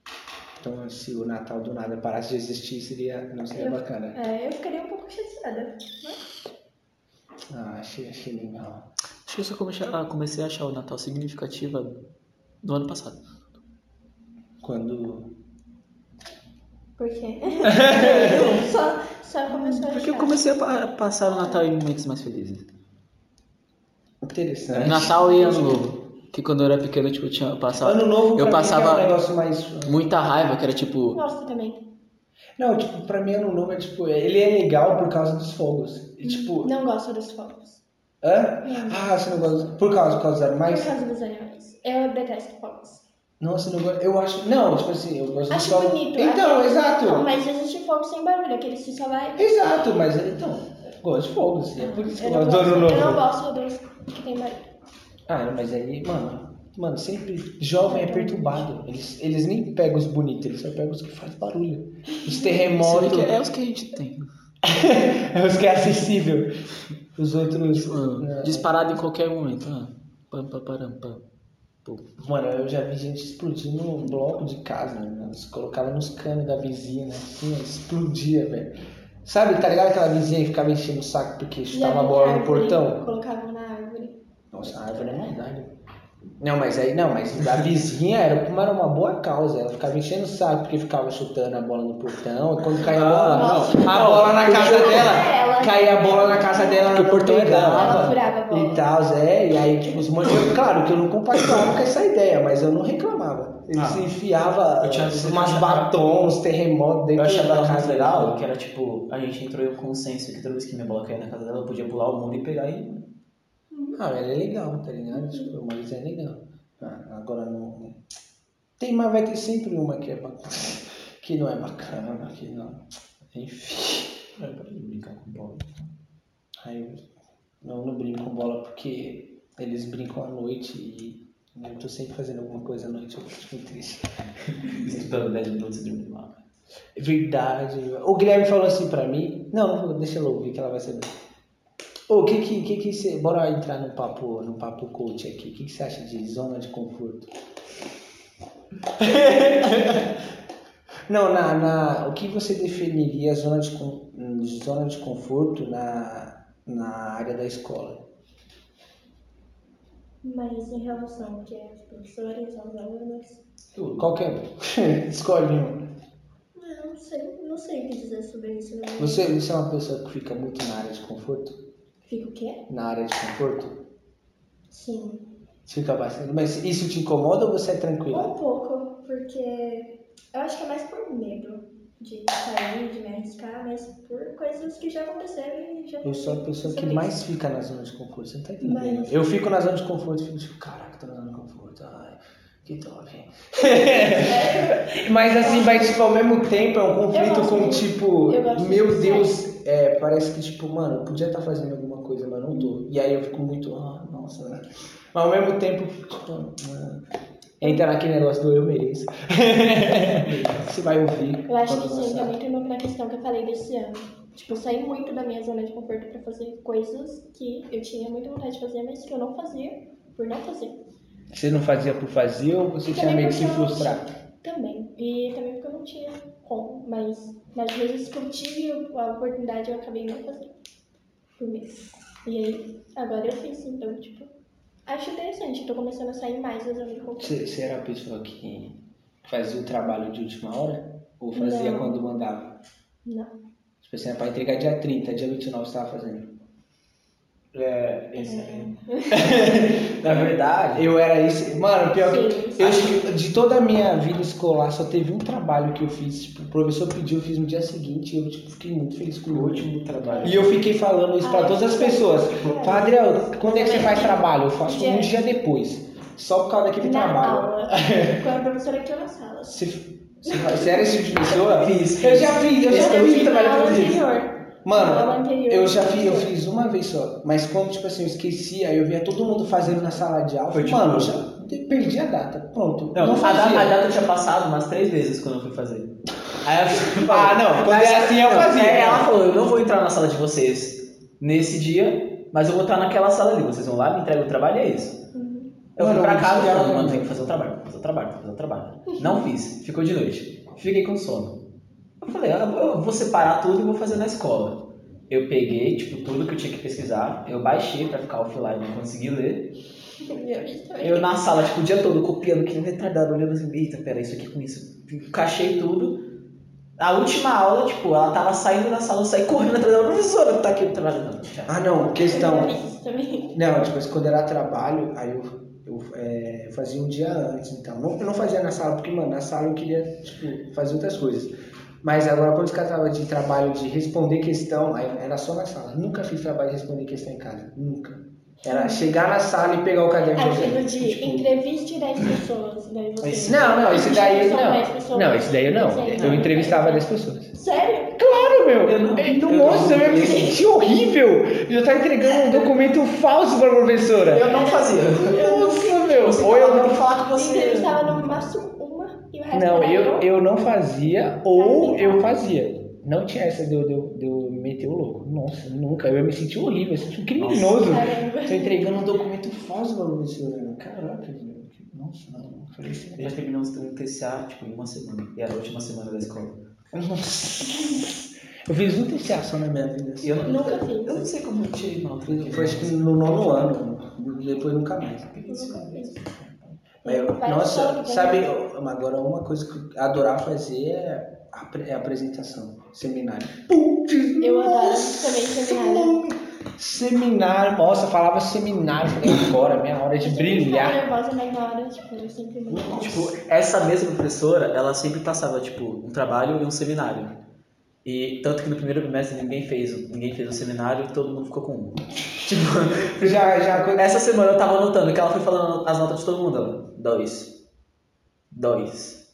Então, se o Natal do nada parasse de existir, seria, não seria
Eu-
bacana.
É, eu ficaria um pouco chateada. mas-
Ah, achei, achei legal.
Acho que eu só comecei a, comecei a achar o Natal significativa no ano passado.
Quando.
Por quê? só, só começou a
Porque eu
achar.
comecei a pa- passar o Natal em momentos mais felizes.
Interessante.
É, Natal e Ano Novo. Que quando eu era pequeno, tipo, eu tinha passado.
Ano novo pra mim
eu
que é um
passava
negócio mais.
muita raiva, que era tipo.
Gosto também.
Não, tipo, pra mim ano novo é tipo, ele é legal por causa dos fogos. E tipo.
Não gosto dos fogos.
Hã?
Não.
Ah, você não gosta. Por causa, por causa dos animais?
Por causa dos animais. Eu detesto fogos.
Não, você não gosta. Eu acho. Não, tipo assim, eu gosto dos
Acho
fogos.
bonito.
Então,
aquele-
exato.
Não, mas existe fogo sem barulho, aquele que só vai.
Exato, mas então. eu Gosto de fogos. É por isso que eu
não
gosto do ano
gosto-
novo.
eu não gosto dos que tem barulho.
Ah, mas aí, mano, mano, sempre jovem é perturbado. Eles, eles nem pegam os bonitos, eles só pegam os que fazem barulho. Os
Modo
terremotos
que é os que a gente tem.
é os que é acessível. Os outros.
Mano,
não.
Ah, disparado em qualquer momento. Ah, pam, pam, param, pam. Pô.
Mano, eu já vi gente explodindo num bloco de casa, né? Eles colocavam nos canos da vizinha, né? assim, ó, explodia, velho. Sabe, tá ligado aquela vizinha que ficava enchendo o saco porque chutava a
é
bola no portão?
Colocavam na árvore.
Nossa, a árvore é maldade. Não, mas aí não, mas a vizinha era, mas era uma boa causa. Ela ficava enchendo o saco porque ficava chutando a bola no portão. E quando caía
Ah,
a bola,
não.
a bola na casa
jogo
dela,
era ela.
caía a bola na casa dela, ela
Porque o portão
não
é dela.
pegava.
Ela furava a bola.
E tal, é, e aí tipo, os montes. eu- Claro que eu não compartilhava com essa ideia, mas eu não reclamava. Eles
Ah.
enfiava
Eu tinha-
enfiavam
eu
umas
tinha-
batons, terremotos
Eu
dentro
achava
da
ela
casa
muito legal, que era tipo, a gente entrou em um consenso que toda vez que minha bola caía na casa dela, eu podia pular o mundo e pegar e.
Ah, ela é legal, tá ligado? Tipo, mas é legal. Ah, agora não. Tem, mas vai ter sempre uma que é bacana. Que não é bacana, que não. Enfim.
Ah, para de brincar com bola.
Aí eu não, não brinco com bola porque eles brincam à noite e eu tô sempre fazendo alguma coisa à noite, eu fico triste.
Estudando 10 minutos e dormindo lá.
É Verdade. O Guilherme falou assim pra mim. Não, não vou, deixa ela ouvir que ela vai saber. Ô, o que que, que que você. Bora entrar no papo, no papo coach aqui. O que que você acha de zona de conforto? não, na, na. O que você definiria zona de, con- zona de conforto na, na área da escola?
Mas em relação que é aos professores, aos alunos,
Qualquer. Escolhe um.
eu não sei, não sei o que dizer sobre isso. Não.
Você, você é uma pessoa que fica muito na área de conforto?
Fica o quê?
Na área de conforto?
Sim.
Fica bastante. Mas isso te incomoda ou você é tranquila?
Um pouco, porque eu acho que é mais por medo de sair, de me arriscar, mas por coisas que já aconteceram e já.
Eu sou a pessoa que
Sim.
mais fica na zona de conforto, você não tá entendendo?
é Mas-
Eu fico na zona de conforto e fico tipo, caraca, tô na zona de conforto, ai, que top. Mas assim, vai tipo, ao mesmo tempo é um conflito
gosto
com
muito.
tipo,
Eu gosto
meu
muito,
Deus, é, parece que tipo, mano, eu podia estar fazendo alguma coisa, mas não tô.
Uhum.
E aí eu fico muito, ah, nossa, né? Mas ao mesmo tempo, tipo, ah, entra naquele negócio do eu mereço. Você vai ouvir.
Eu acho que
quando
sim, tá
lançar.
também tem uma questão que eu falei desse ano. Tipo, eu saí muito da minha zona de conforto pra fazer coisas que eu tinha muita vontade de fazer, mas que eu não fazia por não fazer.
Você não fazia por fazer ou você
E
tinha
também
medo de se
porque eu não
frustrar?
Também. E também porque eu não tinha como, mas nas vezes que eu tive a oportunidade eu acabei não fazendo. Por mês. E aí, agora eu fiz, então, tipo, acho interessante, tô começando a sair mais da zona de conforto.
Você, você era a pessoa que fazia o trabalho de última hora? Ou fazia
Não.
quando mandava?
Não.
Tipo assim, era pra entregar dia 30, dia 29 você tava fazendo.
É, esse aí.
Na verdade, eu era isso. Mano, pior que.
Sim.
Eu, acho que de toda a minha vida escolar, só teve um trabalho que eu fiz. Tipo, o professor pediu, eu fiz no dia seguinte e eu tipo, fiquei muito feliz com
O
o último.
último trabalho.
E eu fiquei falando isso pra
Ah,
todas as
sim.
pessoas.
É.
Padre, eu- quando é que você faz trabalho? Eu faço
Dia-
um dia depois. Só por causa daquele
na
trabalho.
aula. Quando a professora entrou na sala.
Você, você, você era esse tipo de pessoa?
Fiz,
Eu já fiz, eu já fiz trabalho
na
pra
aula
fazer.
anterior. Na aula
Mano,
anterior.
eu já fiz, eu fiz uma vez só, mas quando, tipo assim, eu esqueci, aí eu via todo mundo fazendo na sala de aula,
Foi tipo-
mano, eu já de- perdi a data, pronto.
Não,
Não,
a,
fazia.
data, a data tinha passado umas três vezes quando eu fui fazer. Aí eu fui-
Ah, não, quando é assim eu
Não,
fazia.
é, ela falou, eu não vou entrar na sala de vocês nesse dia, mas eu vou entrar naquela sala ali. Vocês vão lá, me entregam o trabalho e é isso. Eu
Mano,
fui pra casa e
eu
ela
não
falou, mano, tem que fazer o trabalho, tem que fazer o trabalho, tem que fazer o trabalho. Não fiz, ficou de noite. Fiquei com sono. Eu falei, ah, eu vou- eu vou separar tudo e vou fazer na escola. Eu peguei, tipo, tudo que eu tinha que pesquisar, eu baixei pra ficar offline, não consegui ler. Eu na sala, tipo, o dia todo copiando, que não retardado, olhando assim, eita, pera, isso aqui com isso. Encaixei tudo. A última aula, tipo, ela tava saindo da sala, eu saí correndo atrás dela, professora, tá aqui o trabalho. Não, já.
Ah, não, questão.
Isso também.
Não, tipo assim, quando era trabalho, aí eu, eu, é, eu fazia um dia antes, então. Não, eu não fazia na sala, porque, mano, na sala eu queria, tipo, fazer outras coisas. Mas agora, quando se tratava de trabalho de responder questão, aí era só na sala. Nunca fiz trabalho de responder questão em casa, nunca. Era chegar na sala e pegar o caderno de
Aquilo
alguém,
de entreviste 10 pessoas, daí você.
Esse- Não, não, esse daí
São 10
não.
pessoas.
Não, esse daí eu não.
Esse aí
Eu
não.
entrevistava 10 pessoas.
Sério?
Claro, meu.
Eu não-
É,
eu
Nossa,
não.
eu me senti horrível. Eu tava entregando um documento falso pra professora.
Eu não fazia.
Nossa, meu. Ou eu
vou falar com
Você
você.
entrevistava no máximo uma e o resto
Não,
era
eu, eu não fazia ou
Ai,
eu fazia. Não tinha essa de eu, de eu- de eu meter o louco. Nossa, nunca. Eu me senti horrível, eu me senti um criminoso.
Caramba.
Tô entregando um documento falso pra professora. Caraca, velho. Que- Nossa, não. não Falei assim.
Eu já terminou o TCA, tipo, em uma semana. E era a última semana da escola.
Nossa. Eu fiz um TCA só na minha vida. assim.
E eu não-
Nunca fiz.
Eu não sei como eu tirei nota.
Foi acho que no nono ano. Depois nunca mais.
Nunca fiz.
Mas eu-
Vai só
nossa,
que vai
sabe,
dar.
eu- agora uma coisa que eu adorava fazer é, apre- é apresentação, seminário. Putz,
Eu adoro
nossa,
também seminário.
Seminário, nossa, falava seminário, falei agora, minha hora de
Eu sempre
brilhar.
ficava nervosa, mas na hora, tipo, eu sempre muito
Tipo, essa mesma professora, ela sempre passava, tipo, um trabalho e um seminário. E tanto que no primeiro bimestre ninguém fez, o- ninguém fez o seminário e todo mundo ficou com um. Tipo,
Já, já,
essa semana eu tava anotando que ela foi falando as notas de todo mundo. Ela, dois. Dois.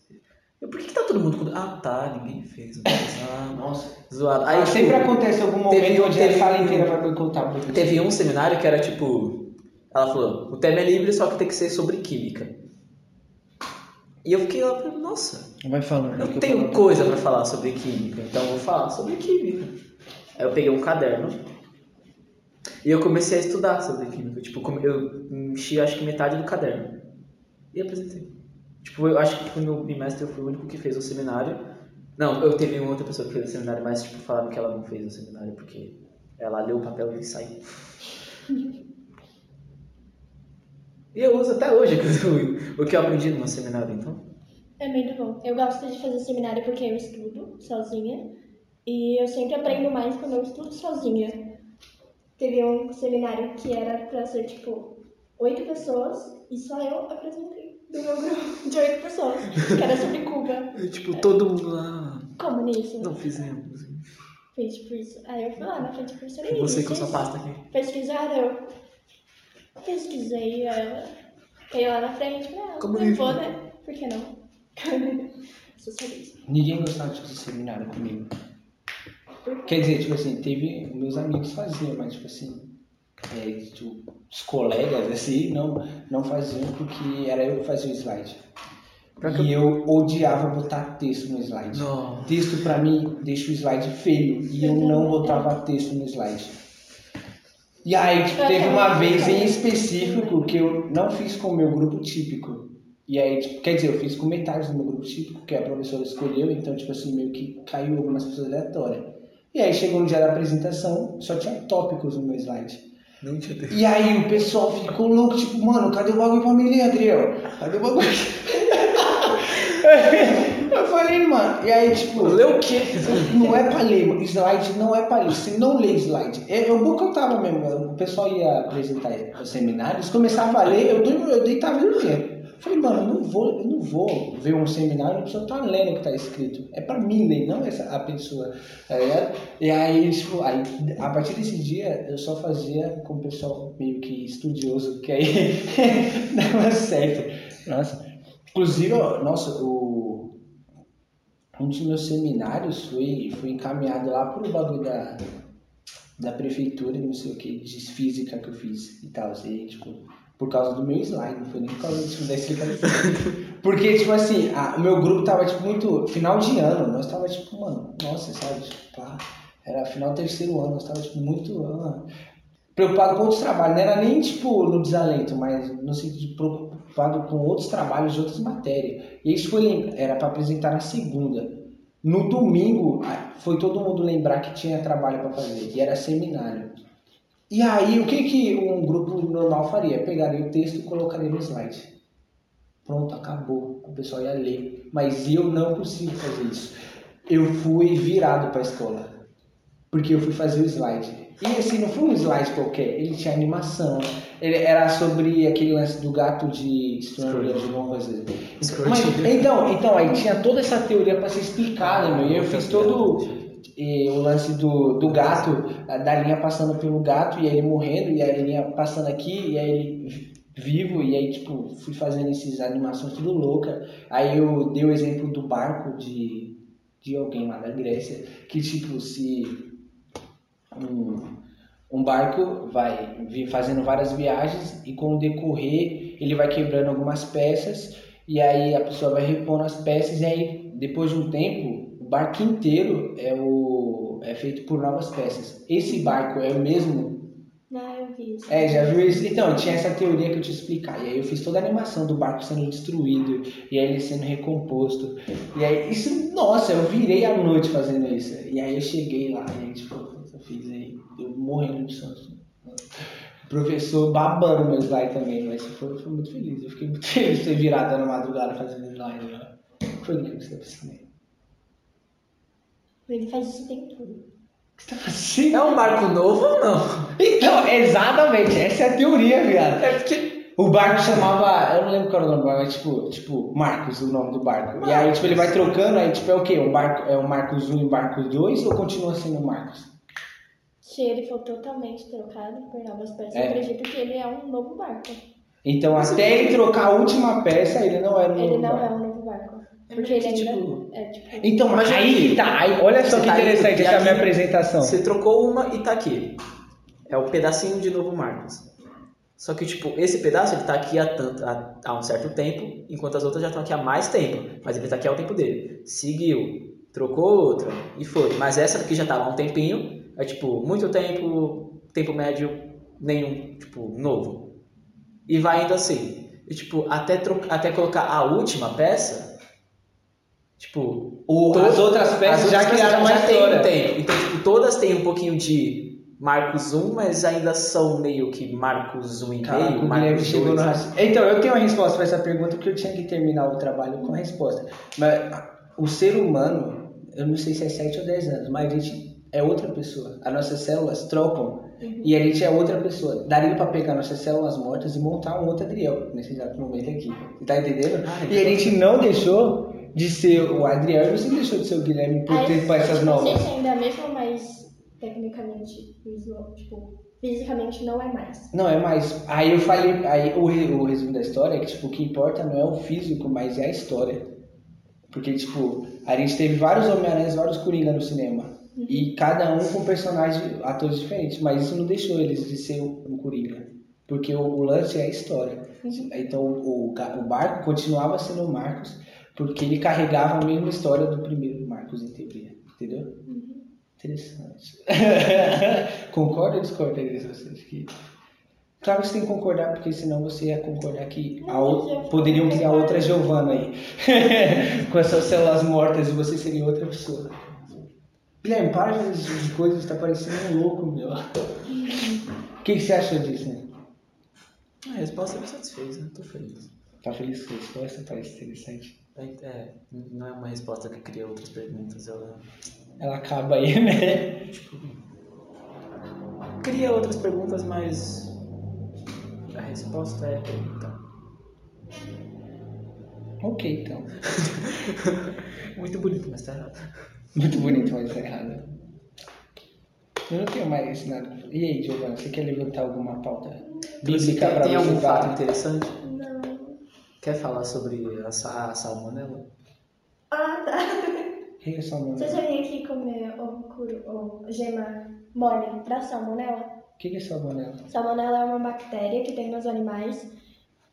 Eu, por que, que tá todo mundo com. Ah, tá, ninguém fez. não fez, Ah,
nossa.
zoado.
Aí
Aí, tipo,
Ah, sempre acontece algum momento
teve- um
onde
teve-
a sala inteira vai boicotar o professor.
Teve um seminário que era tipo. Ela falou, o tema é livre, só que tem que ser sobre química. E eu fiquei lá, falei, nossa,
Vai falando.
eu tenho coisa pra falar sobre química, então eu vou falar sobre química. Aí eu peguei um caderno e eu comecei a estudar sobre química. Tipo, come- eu enchi acho que metade do caderno e apresentei. Tipo, eu acho que no bimestre eu fui o único que fez o seminário. Não, eu teve uma outra pessoa que fez o seminário, mas tipo, falaram que ela não fez o seminário porque ela leu o papel e saiu.
E eu uso até hoje, inclusive, o que eu aprendi no meu seminário, então.
É muito bom. Eu gosto de fazer seminário porque eu estudo sozinha. E eu sempre aprendo mais quando eu estudo sozinha. Teve um seminário que era pra ser, tipo, oito pessoas e só eu apresentei do meu grupo de oito pessoas, que era sobre Cuba.
É, tipo, todo mundo lá.
Comunismo.
Não fizemos.
Foi tipo isso. Aí eu fui lá na frente do professor e
Você com
disse,
sua pasta aqui.
Pesquisaram, eu pesquisei ela. Fiquei lá na frente, falei, ah, não
Comunismo.
vou, né? Por que não? Sou feliz.
Ninguém gostava de fazer seminário comigo. Quer dizer, tipo assim, teve. Meus amigos faziam, mas tipo assim. é, tipo, os colegas assim não, não faziam porque era eu que fazia o slide. E eu odiava botar texto no slide.
Não.
Texto pra mim deixa o slide feio e eu não botava texto no slide. E aí, tipo, teve uma vez em específico que eu não fiz com o meu grupo típico. E aí, tipo, quer dizer, eu fiz com metade do meu grupo típico, que a professora escolheu, então, tipo assim, meio que caiu algumas pessoas aleatórias. E aí chegou no dia da apresentação, só tinha tópicos no meu slide.
Não tinha tempo.
E aí o pessoal ficou louco, tipo, mano, cadê o bagulho pra mim, Adriel? Cadê o bagulho? Eu falei, mano, e aí, tipo.
Lê o quê?
Não é pra ler, mano. slide não é pra ler. Você não lê slide. É, Eu vou cantar mesmo. O pessoal ia apresentar os seminários, começava a ler, eu, dormi- eu deitava e dormia. Falei, mano, eu não vou, eu não vou ver um seminário, a pessoa tá lendo o que tá escrito. É pra mim ler, não essa, a pessoa. tá ligado? e aí, tipo, aí, a partir desse dia, eu só fazia com o pessoal meio que estudioso, que aí dava certo. Nossa. Inclusive, ó, nossa, o um dos meus seminários foi, foi encaminhado lá pro bagulho da, da prefeitura, não sei o que, de física que eu fiz e tal. E, tipo, por causa do meu slide, não foi nem por causa tipo, da explicação. Porque, tipo assim, a- o meu grupo tava, tipo, muito. Final de ano, nós tava, tipo, mano, nossa, sabe? Tipo, pá, era final do terceiro ano, nós tava, tipo, muito. ah, preocupado com outros trabalhos. Não era nem, tipo, no desalento, mas no sentido de preocupado com outros trabalhos de outras matérias. E isso foi, era para apresentar na segunda. No domingo, a- foi todo mundo lembrar que tinha trabalho para fazer, e era seminário. E aí, o que, que um grupo normal faria? Pegaria o texto e colocaria no slide. Pronto, acabou. O pessoal ia ler. Mas eu não consigo fazer isso. Eu fui virado para a escola. Porque eu fui fazer o slide. E assim, não foi um slide qualquer. Ele tinha animação. Ele era sobre aquele lance do gato de Stranger de Longas. assim. Mas, então, então, aí tinha toda essa teoria para ser explicada, meu. E eu fiz todo eh, o lance do, do gato, a- da linha passando pelo gato e aí ele morrendo, e a linha passando aqui, e aí ele vi- vivo, e aí, tipo, fui fazendo essas animações tudo louca. Aí eu dei o exemplo do barco de, de alguém lá da Grécia, que, tipo, se um, um barco vai vi- fazendo várias viagens e com o decorrer ele vai quebrando algumas peças e aí a pessoa vai repondo as peças e aí depois de um tempo o barco inteiro é o é feito por novas peças. Esse barco é o mesmo
Não, eu vi isso.
é, já viu isso? Então, tinha essa teoria que eu te explicar. E aí eu fiz toda a animação do barco sendo destruído e aí ele sendo recomposto. E aí, isso, nossa, eu virei a noite fazendo isso. E aí eu cheguei lá e aí, tipo, eu fiz aí, eu morrendo de sono. assim. O professor babando meu slide também, mas foi, eu fui muito feliz. Eu fiquei muito feliz de ser virada na madrugada fazendo slide. Né? Foi lindo que você precisei.
Ele faz isso o tempo todo.
É um marco novo ou não?
Então, exatamente, essa é a teoria, viado.
É porque.
O barco chamava. Eu não lembro qual era o nome do barco, mas tipo, tipo, Marcos, o nome do barco. E aí, tipo, ele vai trocando, aí tipo, é o quê? Um barco, é o Marcos 1 e o Marcos 2 ou continua sendo o Marcos?
Se ele for totalmente trocado por novas peças,
É.
eu acredito que ele é um novo barco.
É
Então, até ele trocar a última peça, ele não era o
Ele
novo
não
barco.
é um novo barco.
É
Porque
meio
ele
que,
ainda
tipo,
é tipo.
Então, mas
Imagina
aí
que-
que tá. Aí, olha só
Você
que
tá aí,
interessante
e
essa
aqui-
minha apresentação.
Você trocou uma e tá aqui. É o pedacinho de novo Marcos. Só que, tipo, esse pedaço ele tá aqui há, tanto, há, há um certo tempo, enquanto as outras já estão aqui há mais tempo. Mas ele tá aqui há o tempo dele. Seguiu, trocou outra e foi. Mas essa daqui já tava há um tempinho. É tipo, muito tempo, tempo médio, nenhum, tipo, novo. E vai indo assim. E, tipo, até, troca, até colocar a última peça, tipo,
O-
Todas-
as outras peças
as
já
outras
criaram
peças
uma
já têm um
história.
tempo. Então, tipo, todas têm um pouquinho de
marcos 1, mas ainda são meio que marcos 1,5,
Caraca, o Guilherme
marcos
chegou
2.
no raci- Então, eu tenho uma resposta para essa pergunta porque eu tinha que terminar o trabalho com a resposta. Mas o ser humano, eu não sei se é 7 ou 10 anos, mas a gente é outra pessoa. As nossas células trocam e a gente é outra pessoa. Daria para pegar nossas células mortas e montar um outro Adriel nesse exato momento aqui. Você tá entendendo? e a gente não deixou de ser o Adriel e você deixou de ser o Guilherme por ter para essas
Não sei
novas.
se ainda é a mesma, mas tecnicamente, visual, tipo, fisicamente não é mais.
Não, é mais. Aí eu falei. Aí o, re- o resumo da história é que, tipo, o que importa não é o físico, mas é a história. Porque, tipo, a gente teve vários Homem-Aranhas, vários Coringa no cinema. E cada um com personagens, atores diferentes. Mas isso não deixou eles de ser um Coringa. Porque o, o lance é a história. Então o, o ca- o barco continuava sendo o Marcos, porque ele carregava a mesma história do primeiro Marcos, em teoria. Entendeu? Interessante. Concorda ou discorda aí de vocês? Que... Claro que você tem que concordar, porque senão você ia concordar que a
Não,
ou-
mas eu-
poderiam criar outra Giovana aí. Com essas células mortas e você seria outra pessoa. Guilherme, para de de coisas, tá parecendo um louco, meu. O que, que você achou disso, né?
A resposta me satisfez, né? Tô feliz.
Tá feliz com a resposta? Parece interessante.
É, não é uma resposta que cria outras perguntas, ela
Ela acaba aí, né?
cria outras perguntas, mas a resposta é pergunta.
Ok, então.
Muito bonito, mas tá errado.
Muito bonito, mas tá errado. Eu não tenho mais nada. pra falar. E aí, Giovana, você quer levantar alguma pauta bíblica
tem
pra
tem
você
algum
falar?
fato interessante?
Não.
Quer falar sobre a, sa a salmonela?
Ah, tá.
Quem é sua mãe?
Você sabia que comer ovo cru ou gema mole dá salmonela?
O que que é sua mãe?
Salmonela é uma bactéria que tem nos animais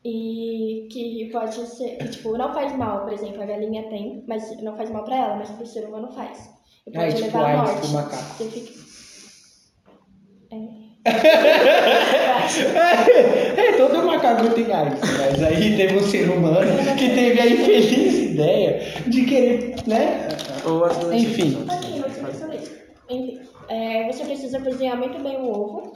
e que pode ser, que, tipo, não faz mal, por exemplo, a galinha tem, mas não faz mal pra ela, mas pro ser humano faz. E
Ah, é
pode
tipo
levar à
AIDS
morte.
pro macaco.
Você fica...
É, todo macaco tem AIDS, mas aí teve um ser humano que teve a infeliz ideia de querer, né?
Ou as
Enfim.
Ok, mas eu penso nisso. Enfim, é, você precisa cozinhar muito bem o ovo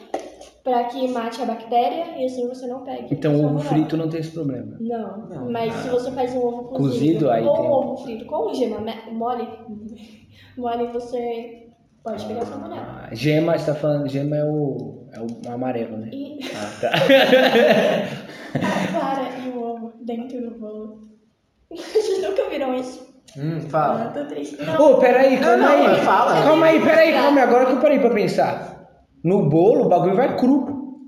pra que mate a bactéria e assim você não pegue.
Então o ovo
salmonela.
frito não tem esse problema.
Não,
Não.
mas se você faz um ovo cozido,
Cozido, aí
ou
tem-
um ovo frito com gema me- mole, mole você pode pegar salmonela.
Ah, gema, você tá falando, gema é o, é o amarelo, né?
E
Ah, tá.
a clara e o ovo dentro do bolo. Vocês nunca viram isso?
Hum,
Ah,
fala.
tô triste. Não,
Ô, peraí, calma
não,
aí.
fala.
Calma aí, peraí, calma aí. Agora que eu parei pra pensar. No bolo, o bagulho vai cru.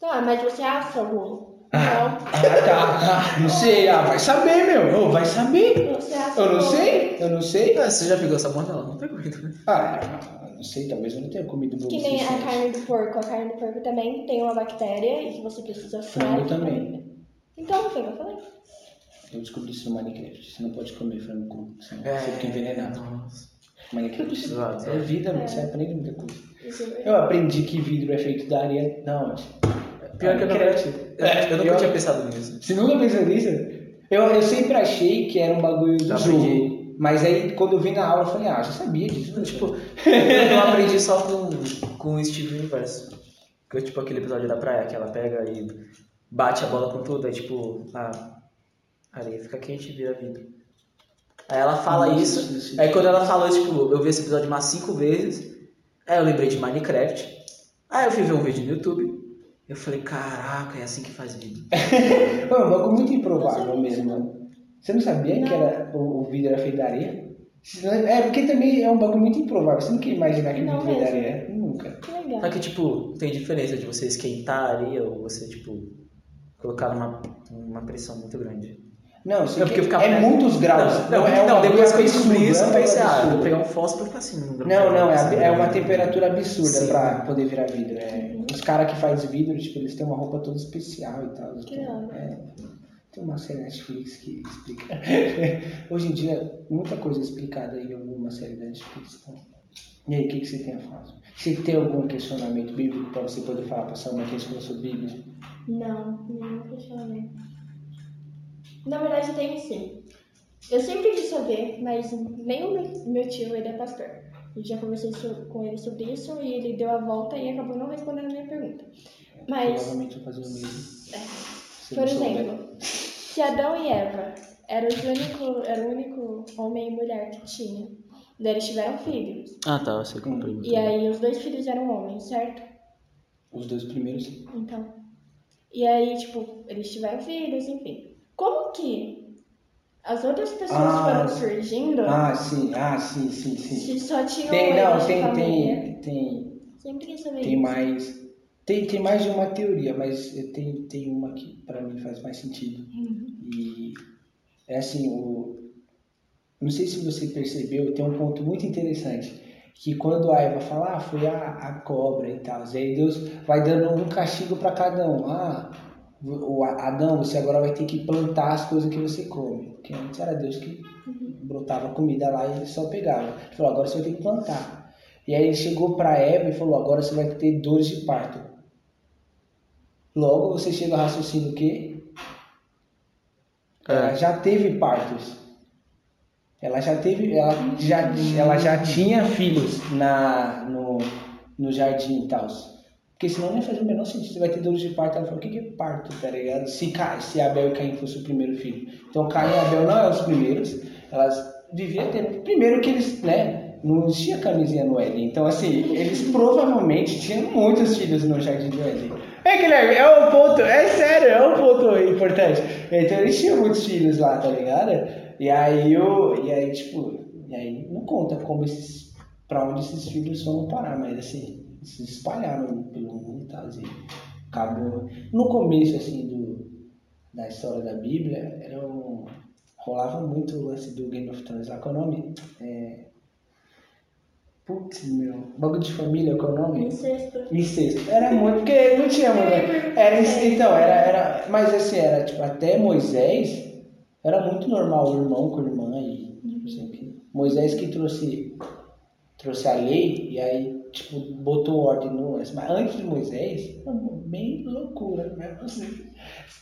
tá, mas você assa o bolo.
Ah, tá, tá. Não sei. Ah, vai saber, meu. Ô, vai saber.
Então, você assa
Eu
o
não
bolo.
sei, eu não sei.
Ah, Você já pegou salmonela? Não pegou ainda. né?
Ah, não sei, talvez eu não tenha comido bolo
Que nem a
suficiente.
carne do porco. A carne do porco também tem uma bactéria e que você precisa assar.
Frango também.
Então, foi o que eu falei.
Eu descobri isso no Minecraft. Você não pode comer frango cru, senão
É.
você fica envenenado.
Nossa.
Minecraft
Zoado,
é
zoado.
vida, mano. Você aprende muita coisa.
Isso é
Eu aprendi que vidro é feito da areia da onde?
Pior que Ah, eu nunca
Minecraft.
tinha. Eu, eu nunca
É,
tinha pensado nisso.
Você nunca pensou nisso? Eu, eu sempre achei que era um bagulho do
Já
jogo.
aprendi.
Mas aí, quando eu vi na aula, eu falei, ah, já sabia disso. né? Tipo,
Eu aprendi só com, com o Steve Universo. Que é tipo aquele episódio da praia que ela pega e bate a bola com tudo, aí tipo, a areia fica quente e vira vidro. Aí ela fala
Nossa,
isso,
gente.
aí quando ela falou, tipo, eu vi esse episódio umas cinco vezes, aí eu lembrei de Minecraft, aí eu fui ver um vídeo no YouTube, eu falei, caraca, é assim que faz vidro.
é um bagulho muito improvável mesmo. Você não sabia que era, o, o vidro era feito da areia? Você não- É, porque também é um bagulho muito improvável. Você não quer imaginar que o
Não
vidro é feito da
mesmo.
areia? Nunca.
que legal.
Só que, tipo, tem diferença de você esquentar a areia ou você, tipo, colocar numa, numa pressão muito grande.
Não, você quer-
Não, porque eu ficava-
é muitos graus.
Não, não,
é um
não,
bagulho
depois que eu
absurdo,
descobri isso,
é um
eu
bagulho
pensei, ah, vou
absurdo.
pegar um fósforo e ficar assim. um grau
Não, não, é,
assim,
ab- é uma
né?
temperatura absurda
Sim.
pra poder virar vidro. é. Os caras que fazem vidro, tipo, eles têm uma roupa toda especial e tal.
Que
então,
da hora.
é. Tem uma série Netflix que explica. Hoje em dia, muita coisa é explicada em alguma série da Netflix. Então. E aí, o que, que você tem a falar? Você tem algum questionamento bíblico pra você poder falar pra sua mãe que é estudou sobre Bíblia?
Não, nenhum questionamento. Na verdade, tem sim. Eu sempre quis saber, mas nem o meu, meu tio ele é pastor. Eu já conversei so- com ele sobre isso e ele deu a volta e acabou não respondendo a minha pergunta. Mas,
Provavelmente vai fazer o mesmo. Se
É. por
não souber.
exemplo, se Adão e Eva eram os único, era o único homem e mulher que tinha, daí eles tiveram filhos.
Ah, tá, eu sei como pergunta.
E aí os dois filhos eram homens, certo?
Os dois primeiros.
Então. E aí, tipo, eles tiveram filhos, enfim. Como que as outras pessoas
Ah.
foram surgindo
Ah, sim, ah, sim, sim, sim.
se só tinham
Tem,
eles
não,
de
tem,
família?
tem, tem,
Sempre quis saber
tem
isso.
mais. Tem, tem mais de uma teoria, mas eu tenho, tem uma que pra mim faz mais sentido. E é assim, o... não sei se você percebeu, tem um ponto muito interessante. Que quando a Eva fala, ah, foi a, a cobra e tal, e aí Deus vai dando um castigo para cada um. Ah, o A- Adão, você agora vai ter que plantar as coisas que você come. Porque antes era Deus que brotava comida lá e ele só pegava. Ele falou, agora você vai ter que plantar. E aí ele chegou para Eva e falou, agora você vai ter dores de parto. Logo você chega ao raciocínio que ela já teve partos. Ela já teve, ela já, ela já tinha filhos na, no, no jardim e tal. Porque senão não ia fazer o menor sentido. Você vai ter dores de parto. Ela falou, o que que é parto, tá ligado? Se, Ca- se Abel e Caim fossem o primeiro filho. Então Caim e Abel não eram os primeiros. Elas deviam ter. Primeiro que eles, né? Não tinha camisinha no Éden. Então, assim, eles provavelmente tinham muitos filhos no jardim do Éden. É, Guilherme, é um ponto, é sério, é um ponto importante. Então eles tinham muitos filhos lá, tá ligado? E aí eu. E aí, tipo, e aí não conta como esses. pra onde esses filhos foram parar, mas assim, se espalharam pelo mundo e tal. Assim, acabou. No começo, assim, do, da história da Bíblia, era um. Rolava muito o lance do Game of Thrones. lá, Qual é o nome? É. Putz, meu. Bagulho de família, qual é o nome?
Incesto.
Incesto. Era muito, porque não tinha mulher. Era, incesto, então, era, era. Mas assim, era tipo, até Moisés era muito normal, o irmão com a irmã e não sei o quê. Moisés que trouxe, trouxe a lei e aí, tipo, botou ordem no lance. Mas antes de Moisés, era bem loucura, não é possível.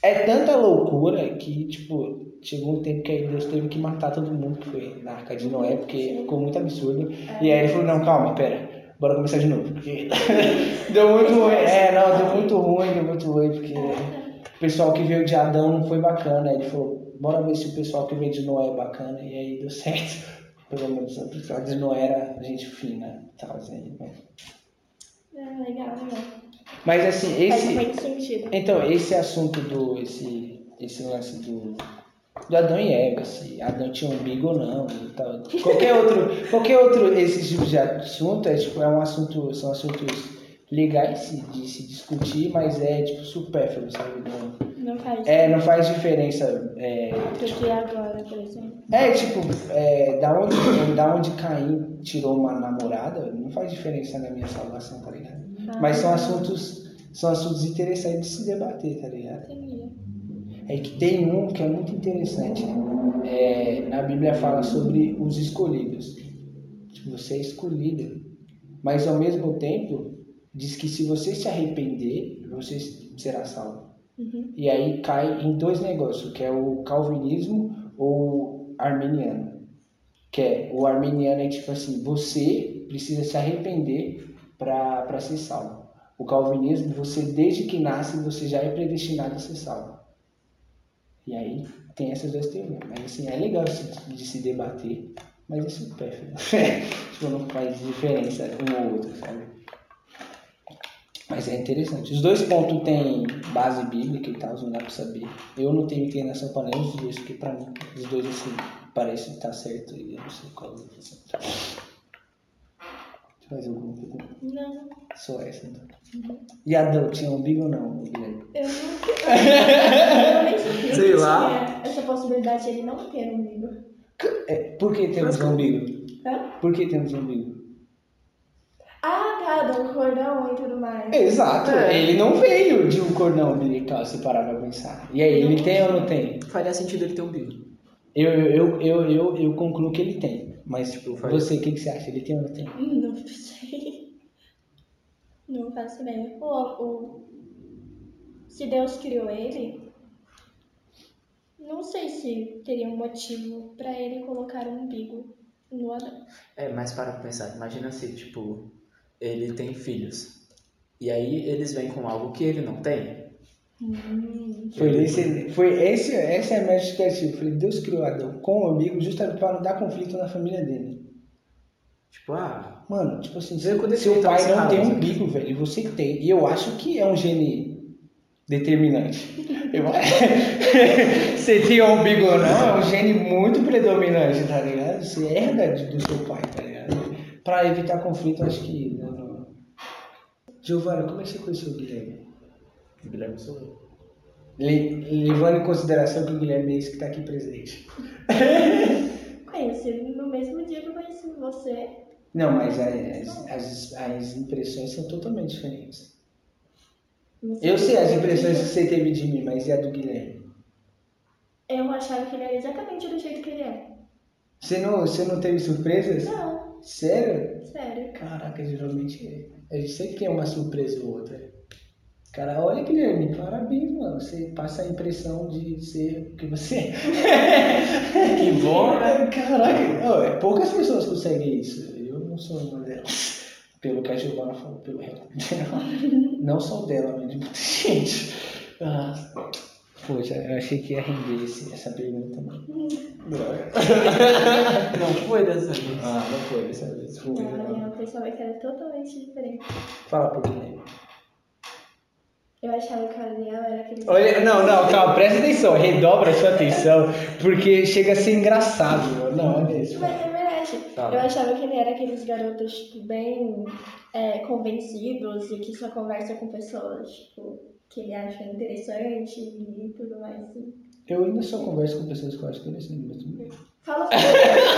É tanta loucura que, tipo, chegou um tempo que aí Deus teve que matar todo mundo que foi na arca de Noé, porque ficou muito absurdo. E aí ele falou, não, calma, pera, bora começar de novo. Porque deu muito ruim. É, não, deu muito ruim, deu muito ruim, porque o pessoal que veio de Adão não foi bacana. Aí ele falou, bora ver se o pessoal que veio de Noé é bacana. E aí deu certo. Pelo menos o pessoal de Noé era gente fina e tal, assim, né?
Ah, legal, legal.
Mas assim,
Faz
esse.
muito sentido.
Então, esse assunto do. Esse, esse lance do. Do Adão e Eva, se Adão tinha um umbigo ou não, e tal. Qualquer outro, qualquer outro esse tipo de assunto é tipo, é um assunto, são assuntos legais de, de se discutir, mas é tipo supérfluo, sabe? Não,
Não faz.
é, não faz diferença. É,
Porque agora, por exemplo.
é tipo, é, da, onde, da onde Caim tirou uma namorada, não faz diferença na minha salvação, tá ligado? Mas são assuntos, são assuntos interessantes de se debater, tá ligado?
Entendi.
É que tem um que é muito interessante. É, na Bíblia fala sobre os escolhidos. Tipo, Você é escolhido. Mas ao mesmo tempo, diz que se você se arrepender, você será salvo.
Uhum.
E aí cai em dois negócios, que é o calvinismo ou o arminiano. Que é, o arminiano é tipo assim, você precisa se arrepender para ser salvo. O calvinismo, você desde que nasce, você já é predestinado a ser salvo. E aí tem essas duas teorias. Mas assim, é legal se- de se debater, mas é supérfluo. tipo, não faz diferença um ou outro, sabe? Mas é interessante. Os dois pontos têm base bíblica e tal, não dá pra saber. Eu não tenho inclinação para nenhum dos dois, porque pra mim, os dois assim, parece estar certo e eu não sei qual é. o certo. Deixa eu fazer alguma pergunta.
Não,
Só essa então. E Adão, tinha umbigo ou não, Guilherme?
eu não. eu nem sabia
Sei
que
lá.
tinha Essa possibilidade de ele não ter um amigo.
É, por que temos umbigo?
Hã?
Por que temos umbigo?
Ah, tá, do cordão e tudo mais.
Exato,
É.
ele não veio de um cordão umbilical, se parar pra pensar. E aí, ele tem ou não tem?
Faria sentido ele ter um bico.
Eu, eu, eu, eu, eu, eu concluo que ele tem. Mas
Tipo, faz-
você, o que, que você acha? Ele tem ou não tem?
Hum, Não sei. Não faço ideia. O, o... Se Deus criou ele, não sei se teria um motivo pra ele colocar um umbigo. no anel.
É, mas para pra pensar, imagina se, tipo, ele tem filhos. E aí eles vêm com algo que ele não tem.
Hum.
Foi esse, foi esse, essa é a minha justificativa. Falei, Deus criou Adão com um amigo justamente para não dar conflito na família dele.
Tipo, ah,
Mano, tipo assim,
Vê quando
seu, seu
ele tá
pai não
descarado,
tem um
sabe?
umbigo, velho, e você que tem. E eu acho que é um gene determinante. Eu acho- você tem um umbigo ou não, é um gene muito predominante, tá ligado? Você herda de- do seu pai, tá ligado? Pra evitar conflito, eu acho que. Não, não. Giovana, como é que você conheceu o Guilherme?
Guilherme sou eu.
Le- levando em consideração que o Guilherme é esse que tá aqui presente.
Conheci ele no mesmo dia que eu conheci você.
Não, mas as, as, as impressões são totalmente diferentes.
Você-
Eu sei as impressões que você teve de mim, mas e a do Guilherme?
Eu achava que ele era exatamente do jeito que ele é.
Você não, você não teve surpresas?
Não,
Sério?
sério.
Caraca, geralmente a gente sempre tem uma surpresa ou outra. Cara, olha Guilherme, parabéns, mano. Você passa a impressão de ser o que você é.
Que bom, né?
Caraca, ó, é poucas pessoas conseguem isso. Eu não sou uma delas. Pelo que a Giovana falou, pelo relato dela. Não só dela, mas de muita gente. Ah, poxa, eu achei que ia render esse- essa pergunta. né? mano. Droga.
Não foi dessa vez.
Ah, não foi dessa vez. Foi,
Não,
não.
Daniel, eu pensava que era totalmente diferente.
né? Fala por quê.
Eu achava que o Daniel era aquele.
Olha, não, não, calma, presta atenção, redobra a sua atenção, porque chega a ser engraçado, mano. Não, olha isso.
Mas é verdade.
Tá.
Eu achava que ele era aqueles garotos, tipo, bem é, convencidos e que só conversa com pessoas, tipo, que ele acha interessante e tudo mais. assim.
Eu ainda só converso com pessoas que eu acho interessante, mas tudo bem.
Fala um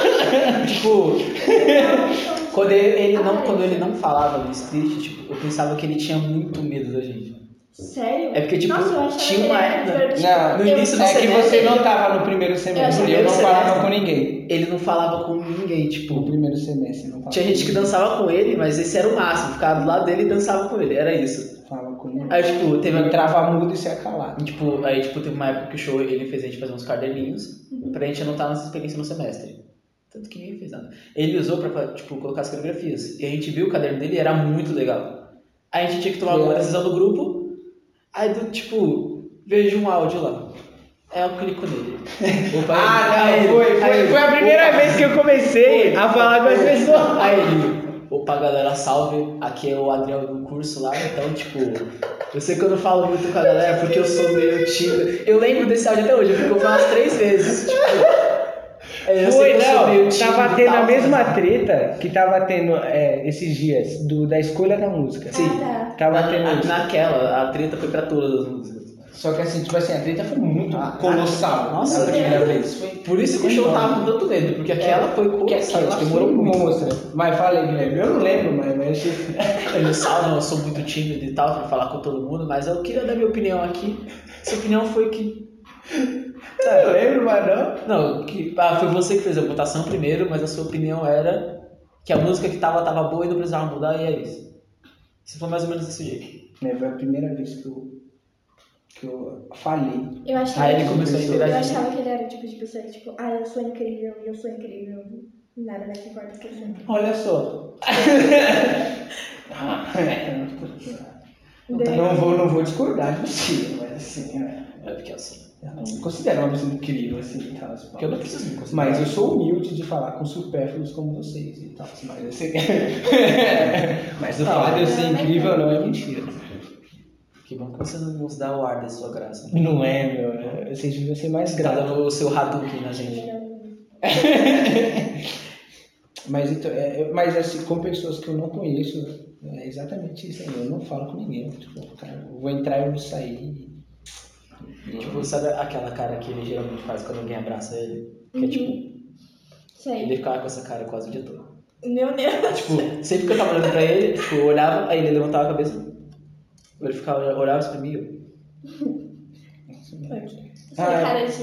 Tipo,
pra
quando ele, ele não, quando ele não falava no street, tipo, eu pensava que ele tinha muito medo da gente.
Sério?
É porque, tipo,
Nossa, eu achava
tinha
que ele
uma
era
época-
tipo,
Não,
No
eu-
início do
É que
semestre,
você não tava no primeiro semestre, eu não falava com ninguém.
é Ele não falava com ninguém,
No
tipo.
primeiro semestre, não fala
Tinha gente que
comigo,
dançava com ele, mas esse era o máximo. Ficava do lado dele e dançava com ele. Era isso.
Fala comigo.
Aí, tipo, teve uma
Entrava um mudo e se acalado.
Tipo, aí tipo, teve uma época que o show ele fez a gente fazer uns caderninhos pra gente anotar nossa experiência no semestre. Tanto que ninguém fez nada. Ele usou pra, pra, tipo, colocar as coreografias. E a gente viu o caderno dele e era muito legal. Aí a gente tinha que tomar alguma decisão do grupo. Aí do tipo, vejo um áudio lá. Aí eu clico nele. Ah, Opa,
Ah,
aí ele- aí ele- opa.
que eu comecei
Foi. Foi. Aí ele, opa galera, salve, aqui é o Adriel do curso lá, então tipo, eu sei que eu não falo muito com a galera é porque eu sou meio tímido. Eu lembro desse áudio até hoje, porque eu falo umas três vezes, tipo. é, eu sei
Foi,
que eu sou meio
não.
tímido
Tava
e
tendo
tal, né?
a mesma
mas-
treta que tava tendo é, esses dias, do, da escolha da música.
Sim.
Ah, tá.
Tava
Na-
tendo isso.
naquela, a treta foi pra todas as músicas.
Só que assim, tipo assim, a treta foi muito colossal.
Nossa,
da primeira vez. ah, assim, Foi
Por isso que o show tava com tanto medo, porque aquela foi
que
colossal,
É, aquela
demorou
foi
muito.
monstra. Mas fala aí, Guilherme. Eu não lembro, mas mas achei.
Ele sabe, eu sou muito tímido e tal, pra falar com todo mundo, mas eu queria dar minha opinião aqui. Essa opinião foi que.
Eu não lembro, mas não.
Não, que. Ah, foi você que fez a votação primeiro, mas a sua opinião era que a música que tava tava boa e não precisava mudar, e é isso. Isso foi mais ou menos desse jeito.
Né, Foi a primeira vez que eu, que eu falei.
Eu achava,
Ah,
Aí ele começou a
eu
interagir.
achava que ele era o tipo de pessoa que, tipo, ah, eu sou incrível, eu sou incrível. Nada mais importa que eu sou.
Olha só. Ah, é,
Daí-
não, tá vou, não vou discordar de você, mas assim, né?
É porque assim.
Eu não me considero uma pessoa incrível, assim, e tal. assim,
Porque eu não preciso me considerar.
Mas eu sou humilde de falar com supérfluos como vocês e tal. assim, Mas, assim, mas o
Não,
fato de eu
não,
ser
não é
incrível não é mentira.
Que bom que você não nos dá o ar da sua graça. Né?
Não é, meu. né? Vocês deviam ser mais
Tá
gratos.
dando o seu Hadouken na gente.
Não,
Mas, então, é, eu- mas assim, com pessoas que eu não conheço, é exatamente isso aí. Eu não falo com ninguém. Tipo, cara, eu vou entrar e eu vou sair.
Tipo, sabe aquela cara que ele geralmente faz quando alguém abraça ele? Que é tipo,
Sei.
ele ficava com essa cara quase o dia todo.
Meu Deus.
Tipo, sempre que eu tava olhando pra ele, tipo, eu olhava, aí ele levantava a cabeça. Ele ficava, olhava isso pra mim. eu-
Ok. Essa
Ah, é.
cara de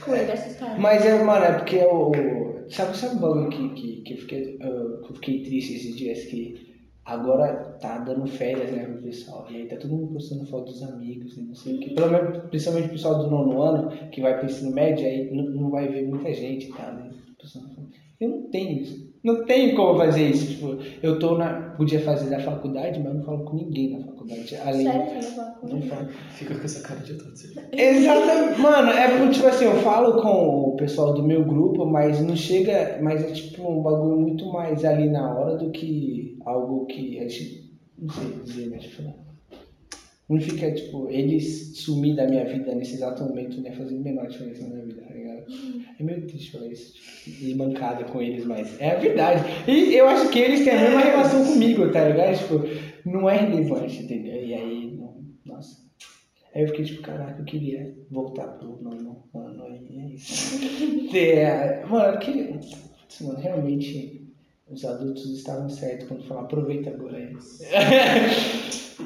coelho assustado.
Mas é, mano, é porque o. Sabe, sabe o bagulho que, que, que, eu fiquei, ah, que eu fiquei triste esses dias? Que agora tá dando férias, né, pro pessoal. E aí tá todo mundo postando foto dos amigos, e não sei o que. Pelo menos, principalmente o pessoal do nono ano, que vai pro ensino médio, aí não, não vai ver muita gente, tá? Né? Postando foto. Eu não tenho isso. Não tenho como fazer isso. Tipo, eu tô na. Podia fazer na faculdade, mas não falo com ninguém na faculdade. Além.
Sério, eu vou
Não falo.
Fica com essa cara de todo assim.
Exatamente. Mano, é por- tipo assim, eu falo com o pessoal do meu grupo, mas não chega. Mas é tipo um bagulho muito mais ali na hora do que algo que. É, tipo, não sei dizer, mas tipo. Não fica, tipo, eles sumir da minha vida nesse exato momento, né? Fazendo a menor diferença na minha vida, tá ligado? É meio triste falar isso. tipo, E mancada com eles, mas é a verdade. E eu acho que eles têm a mesma relação comigo, tá ligado? Tipo, não é relevante, entendeu? E aí, não, nossa. Aí eu fiquei tipo, caraca, eu queria voltar pro nono ano aí, é isso. É, mano, eu queria. Putz, mano, realmente os adultos estavam certos quando falam, aproveita agora isso.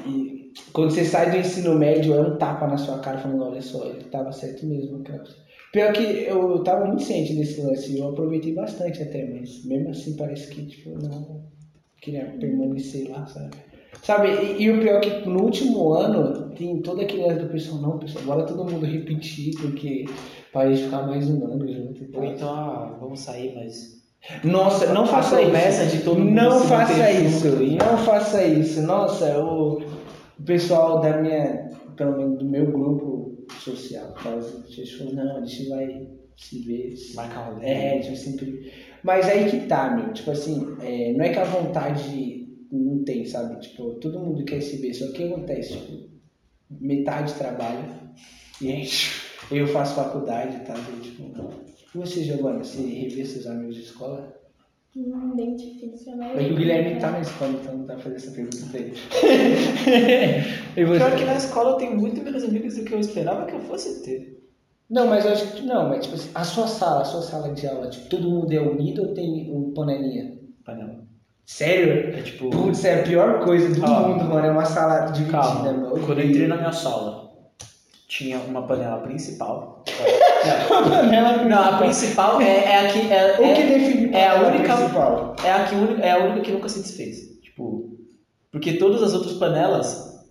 e quando você sai do ensino médio, é um tapa na sua cara falando, olha só, ele tava certo mesmo, cara. Pior que eu tava muito ciente desse lance, eu aproveitei bastante até, mas mesmo assim parece que tipo, eu não queria permanecer lá, sabe? Sabe, e, e o pior é que no último ano tem toda aquele lance do pessoal, não, pessoal, bora todo mundo repetir, porque pra gente ficar mais um ano junto e
Ou
tal.
então, ah, vamos sair, mas.
Nossa, não faça isso.
promessa de todo mundo
não
se
faça
manter
isso.
junto e-
Não faça isso. Nossa, o o pessoal da minha, pelo menos do meu grupo social, tal, a gente falou, não, a gente vai se ver. se-
Marcar um rolê.
É, tipo, sempre. Mas aí que tá, meu. Tipo assim, é, não é que a vontade não tem, sabe? Tipo, todo mundo quer se ver, só que o que acontece? Tipo, metade trabalha e aí, eu faço faculdade e tal, e tipo, não. E você, Giovana, você revê seus amigos de escola?
Hum, bem difícil, né?
É que o Guilherme tá na escola, então não dá pra fazer essa pergunta pra ele. e
Pior
você?
que na escola eu tenho muito menos amigos do que eu esperava que eu fosse ter.
Não, mas eu acho que. Não, mas tipo assim, a sua sala, a sua sala de aula, tipo, todo mundo é unido ou tem um panelinha?
Panela.
Sério?
É tipo.
Putz, é a pior coisa do
Ó,
mundo, mano. É uma sala dividida,
Calma.
mano.
Quando eu entrei na minha sala, tinha uma panela principal.
panela,
Não, a principal é, é a que. É,
O
é-
que define
é a
panela
única-
principal?
é a que uni- é a única que nunca se desfez. Tipo, porque todas as outras panelas,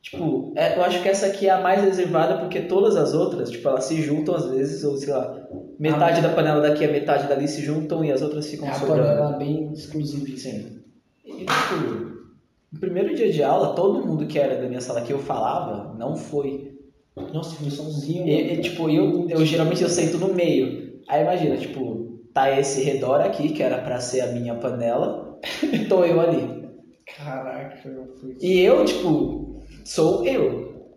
tipo, é- eu acho que essa aqui é a mais reservada porque todas as outras, tipo, elas se juntam às vezes ou sei lá, metade da panela daqui a metade dali se juntam e as outras
Ah, É
ficam
a
sobrando.
panela bem exclusivista.
assim. E tipo, no primeiro dia de aula, todo mundo que era da minha sala que eu falava não foi.
Nossa, eu sozinho.
E, e, tipo, eu, eu geralmente eu sento no meio. Aí imagina, tipo, tá esse redor aqui, que era pra ser a minha panela, e tô eu ali.
Caraca, eu fui.
E eu, tipo, sou eu.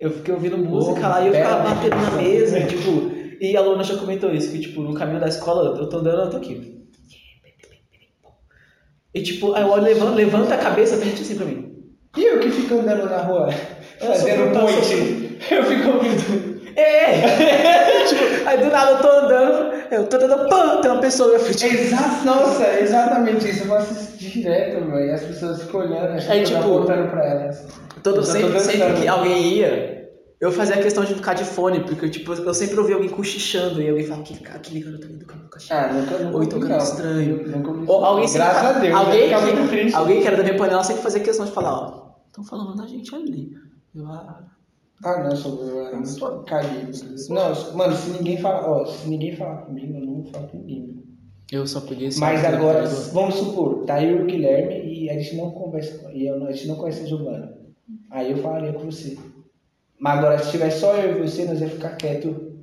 Eu fiquei ouvindo música
Oh,
lá e eu ficava
bela
batendo na
música.
mesa, tipo, e a Lona já comentou isso, que tipo, no caminho da escola, eu tô andando, eu tô aqui. E tipo, aí eu olho, levanta, levanta a cabeça, tá gente assim pra mim.
E eu que fico andando na rua
Eu sou
fazendo
fantasma.
ponte. Eu fico ouvindo.
É! tipo, aí do nada eu tô andando, eu tô andando, pam, tem uma pessoa tipo, na minha frente.
Exato, nossa, exatamente isso. Eu faço isso direto, velho. As pessoas ficam olhando, achando
É,
que eu tô
tipo,
apontando pra elas.
Todo,
Eu tô
sempre,
dançando.
sempre que alguém ia, eu fazia a questão de ficar de fone, porque tipo, eu sempre ouvia alguém cochichando e alguém falava, aquele, cara- aquele garoto ali do cabelo cochichando.
Ah, nunca, nunca
Ou então
vi,
cara
não.
estranho.
Nunca vi,
Ou
não.
alguém sempre-
Graças a Deus.
Alguém,
né?
alguém,
Fica muito
alguém que era da minha panela sempre fazia questão de falar, ó, estão falando da gente ali. Eu, ah,
Ah, não, sou eu era muito caído. Não, mano, se ninguém falar, ó, se ninguém falar comigo, eu não vou falar com ninguém.
Eu só peguei esse
Mas
cara
agora,
do computador.
vamos supor, tá eu e o Guilherme e a gente não conversa com- e eu não- a gente não conhece a Giovana. Aí eu falaria com você. Mas agora, se tiver só eu e você, nós ia ficar quieto.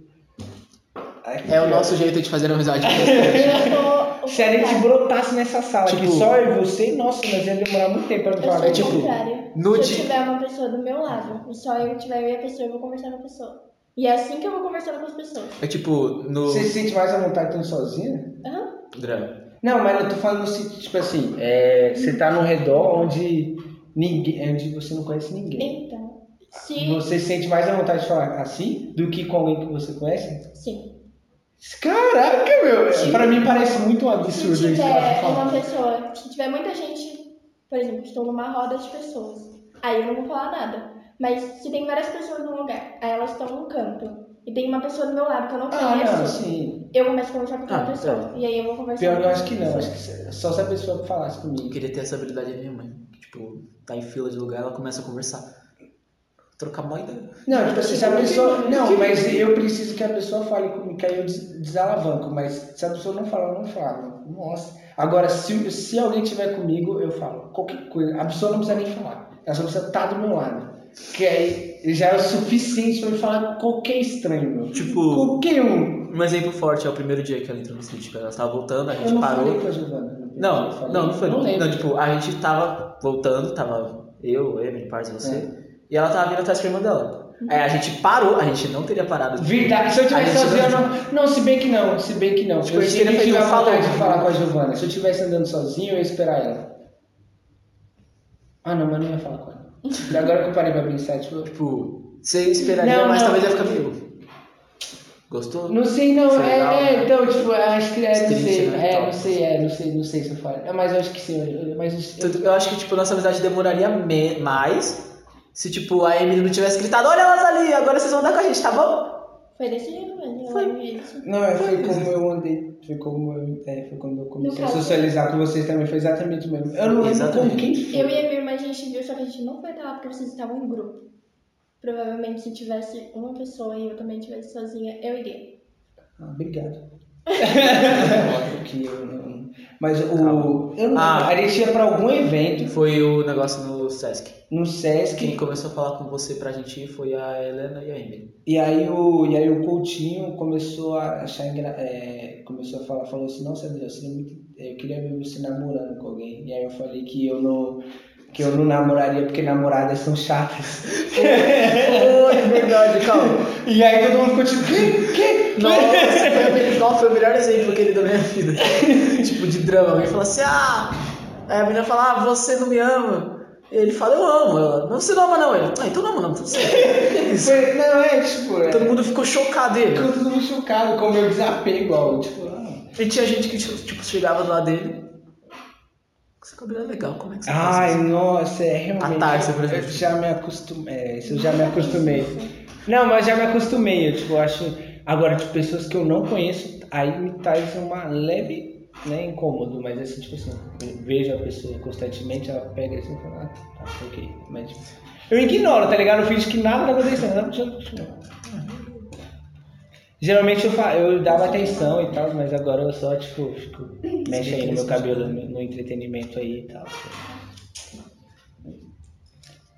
Aqui,
É
ó.
o nosso jeito de fazer amizade.
Eu
É
tô-
Se a gente brotasse nessa sala
Tipo-
que só eu e você, nossa, nós ia demorar muito tempo pra
Eu
falar.
sou
É
o
tipo,
contrário.
no
Se
di-
eu tiver uma pessoa do meu lado, e só eu tiver eu e a pessoa, eu vou conversar com a pessoa. E é assim que eu vou conversando com as pessoas.
É tipo, no.
Você se sente mais à vontade estando sozinha?
Aham.
Drama.
Não, mas eu tô falando no sentido, tipo assim, é, você tá num redor onde ninguém, onde você não conhece ninguém.
Então, se.
Você se sente mais à vontade de falar assim do que com alguém que você conhece?
Sim.
Caraca, meu!
Sim.
Pra mim parece muito um
Se
absurdo isso.
tiver uma
Falar.
pessoa, se tiver muita gente, por exemplo, estou numa roda de pessoas, aí eu não vou falar nada. Mas se tem várias pessoas num lugar, aí elas estão num canto, e tem uma pessoa do meu lado que eu não
Ah,
conheço,
não, sim. tá.
eu começo a conversar com aquela
Ah,
pessoa. E aí eu vou conversar
Pior
com
que eu acho que não, acho que só se a pessoa falasse
Eu
comigo.
queria ter essa habilidade da minha mãe. que, Tipo, tá em fila de lugar, ela começa a conversar. Trocar mó ideia.
Não, tipo assim, se a
Não tem-
pessoa. Não,
que-
mas eu preciso que a pessoa fale comigo, que aí eu des- desalavanco. Mas se a pessoa não falar, eu não falo. Nossa. Agora, se, se alguém tiver comigo, eu falo. Qualquer coisa. A pessoa não precisa nem falar. Ela só precisa estar do meu lado. Que aí já é o suficiente pra eu falar com qualquer estranho, meu.
Tipo,
Qualquer um.
um exemplo forte é o primeiro dia que ela entrou no sítio, cara. Ela tava voltando, a
Eu
gente
não
tipo, parou.
falei com a Giovana. né?
Não,
Eu falei,
não, não foi. Não,
Não lembro.
tipo, a gente tava voltando, tava eu, Emily, Pars e você,
É.
e ela tava vindo atrás da irmã dela. Aí a gente parou, a gente não teria parado.
Uhum. Verdade, se eu
A
tivesse
gente
sozinho, eu
não-
não. Não, se bem que não, se bem que não.
Tipo,
eu
a gente teria
sempre
feito
tive a
um falou.
vontade de falar com a Giovana. Se eu estivesse andando sozinho, eu ia esperar ela. Ah, não, mas não ia falar com ela. E Agora que eu parei pra pensar, tipo.
Tipo, você esperaria,
Não,
mas
não.
talvez ia ficar meio. Gostou?
Não sei, não,
Sei
é,
lá,
é,
né?
então, tipo, acho que é, não
Triste,
sei,
né?
é,
Top.
não sei, é, não sei, não sei se eu falo. É, mas eu acho que sim, eu- eu- mas eu,
Tudo- Eu acho que, tipo, nossa amizade demoraria me- mais se, tipo, a Emily não tivesse gritado: Olha elas ali, agora vocês vão andar com a gente, tá bom?
Foi desse jeito mesmo. Foi.
Não, é, foi como eu andei. Foi como eu, é, foi quando eu comecei a
caso-
socializar com vocês também. Foi exatamente o mesmo. Eu não lembro
Exatamente.
com quem foi.
Eu e a minha irmã, a gente viu, só que a gente não foi até lá porque vocês estavam em grupo. Provavelmente se tivesse uma pessoa e eu também estivesse sozinha, eu iria.
Ah, obrigado. Óbvio que eu não- Mas o. Eu não
Ah.
a gente ia pra algum evento
Foi o negócio no Sesc.
no
Quem
Sesc
começou a falar com você pra gente ir foi a Helena e a Emily.
e aí o, e aí o Coutinho começou a achar engra, é, começou a falar, falou assim, nossa André, eu, seria muito- é, eu queria ver você namorando com alguém. E aí eu falei que eu não. Que eu não namoraria porque namoradas são chatas.
Foi, verdade, calma.
E aí todo mundo ficou tipo, que? Que?
Nossa, foi, o melhor- nossa, foi o melhor exemplo que ele deu na minha vida. tipo, de drama. Alguém fala assim, ah... Aí a menina fala, ah, você não me ama. Ele fala, eu amo. Ela, não, você não ama não. Ele, ah, então não ama não, tudo certo.
Foi- não, é tipo. É,
Todo mundo ficou chocado, ele.
ficou todo mundo chocado com o meu desapego, ó. Tipo, ah.
E tinha gente que, tipo, chegava do lado dele. Esse cabelo é legal, como é que você faz
Ai,
isso?
nossa, é realmente.
A Tarsa, por exemplo.
Eu já me acostumei. É, isso eu já me acostumei. Não, mas já me acostumei. Eu, tipo, eu acho. Agora, tipo, pessoas que eu não conheço, aí me traz uma leve, né, incômodo. Mas assim, tipo assim, eu vejo a pessoa constantemente, ela pega assim e fala, ah, tá, ok. Mas tipo, eu ignoro, tá ligado? Eu finge que nada tá acontecendo. Não, deixa eu- deixa eu- Geralmente eu, fa- eu dava atenção e tal, mas agora eu só, tipo, fico, mexe aí no meu cabelo, no no entretenimento aí e tal.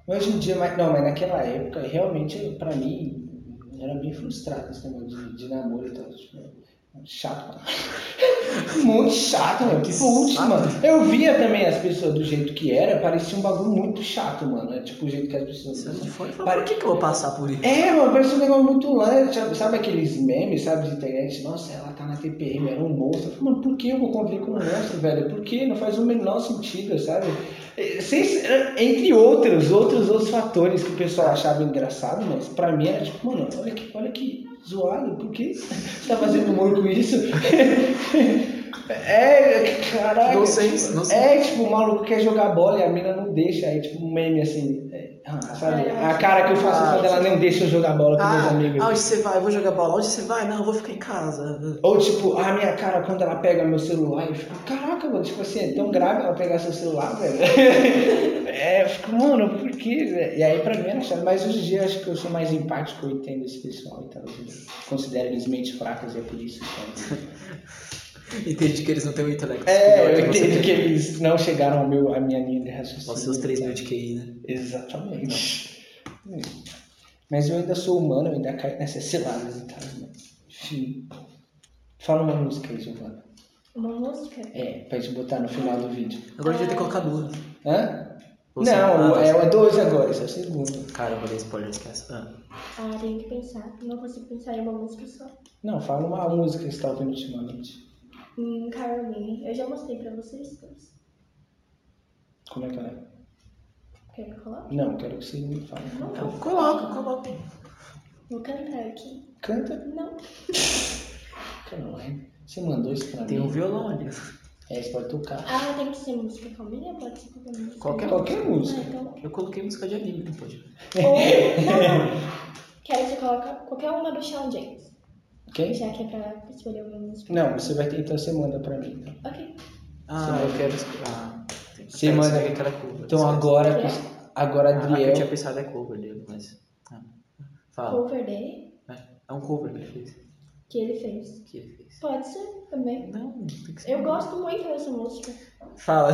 Hoje em dia, mas, não, mas naquela época, realmente, eu- pra mim, era bem frustrado esse negócio de, de namoro e tal. Tipo, chato, mano. Muito chato, mano. Que putz,
saco.
mano. Eu via também as pessoas do jeito que era, parecia um bagulho muito chato, mano. É tipo o jeito que as pessoas.
Você não foi? Eu falei,
Pare-
Por que que eu vou passar por isso?
é, mano, parece um negócio muito lã. Sabe, sabe aqueles memes, sabe, de internet? Nossa, ela tá na TPM, era um monstro. Eu falei, mano, por que eu vou conviver com um monstro, velho? Por que? Não faz o menor sentido, sabe? Eh, sem- entre outros, outros, outros fatores que o pessoal achava engraçado, mas pra mim era tipo, mano, olha que, olha que zoado, por que você tá fazendo humor com isso? É, caralho.
Nonsense, nonsense.
É, tipo, o maluco quer jogar bola e a mina não deixa. Aí, tipo, um meme assim. é, ah, sabe? A cara que eu faço quando ela não deixa eu jogar bola com meus
tipo, Ah,
amigos.
aonde você vai? Eu vou jogar bola. Onde você vai? Não, eu vou ficar em casa.
Ou, tipo, a minha cara quando ela pega meu celular e fica, caraca, mano, tipo assim, é tão grave ela pegar seu celular, velho. é, eu fico, mano, por quê? velho? E aí, pra mim, era chato. Mas hoje em dia, acho que eu sou mais empático, eu entendo esse pessoal e tal. Eu considero eles mentes fracas e é por isso que eu-
Entendi que eles não têm o intelecto. superior
É, eu
que você
entendo
tem.
que eles não chegaram ao meu, à minha linha de raciocínio.
Aos seus 3 mil de QI, né?
Exatamente. Hum. Mas eu ainda sou humano, eu ainda caio nessas ciladas e tal. né? Enfim. Fala uma música aí, Giovana.
Uma música?
É, pra gente botar no final do vídeo.
Agora devia ter colocado um. duas.
Hã?
Você-
não,
ah,
é
você-
o dois agora, esse é o segundo.
Cara, eu vou dar spoiler, esquece. Ah.
Ah, tenho que pensar. Não consigo pensar em uma música só.
Não, fala uma música que você tá ouvindo ultimamente.
Hum, Caroline, eu já mostrei pra vocês todos.
Como é que ela é?
Quer que eu coloque?
Não, quero que você me fale.
Não,
Não, Então, coloca, coloca.
Vou cantar aqui.
Canta.
Não.
Caroline. Você mandou isso pra
Tem
mim.
um violão ali.
É, você pode tocar.
Ah, tem que ser música calminha? Pode ser qualquer música.
Qualquer
Qualquer
Ah,
música.
então.
Eu coloquei música de anime depois.
Ou, não, não. Quero que você coloque qualquer uma do Shawn James.
Quem?
Já que é pra escolher uma música.
Não, você vai ter, então você manda pra mim. Então,
Ok.
Ah, eu quero ah, escutar.
Você manda-
aquela é cover.
então
Esquece.
agora,
É.
agora
Ah, eu
Adriel.
tinha pensado é cover dele, mas.
Ah.
Fala.
Cover dele
É um cover que ele fez.
que ele fez.
Que ele fez.
Pode ser também.
Não, tem que ser.
Eu gosto muito dessa música.
Fala.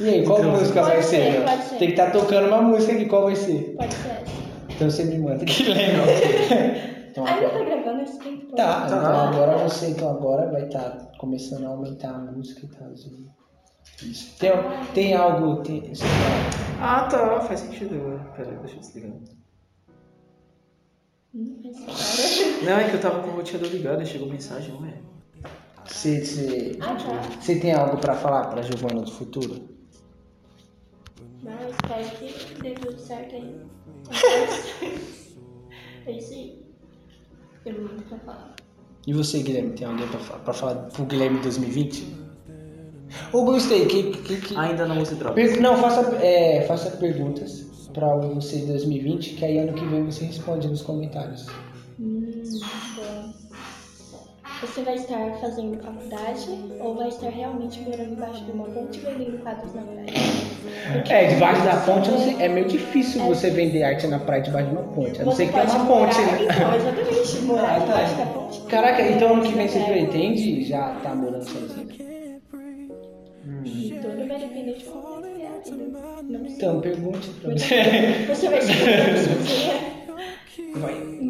E aí, qual
Então,
música vai
pode
ser?
ser,
Léo?
pode ser.
Tem que estar tocando uma música aqui, qual vai ser?
Pode ser.
Então você me manda que lembra. então,
Ainda
agora-
tá gravando esse tempo?
Tá,
Tá.
então agora você então agora vai estar começando a aumentar a música e tal. assim. Isso. Tem, tem algo. Tem,
Ah, tá. Faz sentido agora. Pera aí, deixa eu desligar.
Não faz nada.
Não, é que eu tava com o roteador ligado, aí chegou mensagem, é? ué.
você, você,
Ah, tá.
você tem algo pra falar pra Giovana do futuro?
Não, espero que dê tudo certo aí. Mas- É isso aí. Tem muito pra falar.
E você, Guilherme, tem alguém pra, fa- pra falar pro Guilherme 2020? Ô, gostei. Que, que, que...
Ainda não use droga.
Per- Não, faça, é, faça perguntas pra você em 2020, que aí ano que vem você responde nos comentários.
Hum, bom. Você vai estar fazendo faculdade ou vai estar realmente morando embaixo de uma ponte vendendo quadros na praia?
É, debaixo da ponte eu não sei- é meio difícil você vender arte na praia debaixo de uma ponte. A não ser que tenha
pode
uma ponte,
morar-
né?
Então, exatamente. Morar
Ah, tá.
debaixo da ponte. É.
Caraca, então ano que vem você
Você
pretende já tá morando sozinho?
E tudo vai depender de como você é a vida. Não sei.
Então, pergunte pra mim.
Você vai escolher sozinha?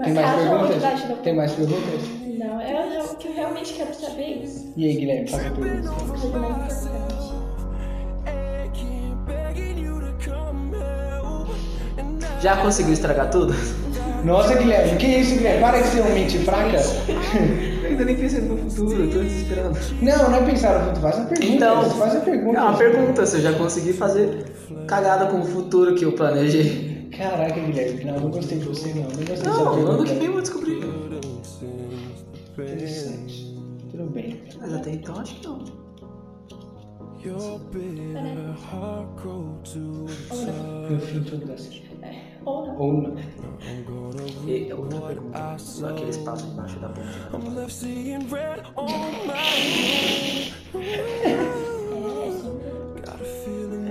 Tem mais
casa ou debaixo da
perguntas?
ponte?
Tem mais perguntas?
Não, eu, eu, o que eu realmente quero saber é isso.
E aí, Guilherme, faça perguntas.
Você não é importante.
Já conseguiu estragar tudo?
Nossa, Guilherme, que isso, Guilherme? Para que você é um mente fraca.
Eu ainda nem pensei no futuro, eu tô desesperando.
Não, não é pensar no futuro. Faça perguntas.
Então,
faz a pergunta.
Não, uma pergunta se eu já consegui fazer cagada com o futuro que eu planejei.
Caraca, Guilherme, não, não gostei de você, não. Não gostei dessa
Não, ano
pergunta.
que vem eu vou descobrir.
Interessante. Tudo bem.
Mas até então acho que não.
Ou não.
No fim, tudo dá certo.
Ou não.
Ou não.
E é outra pergunta, só aquele espaço embaixo da ponte. né?
É, é sempre.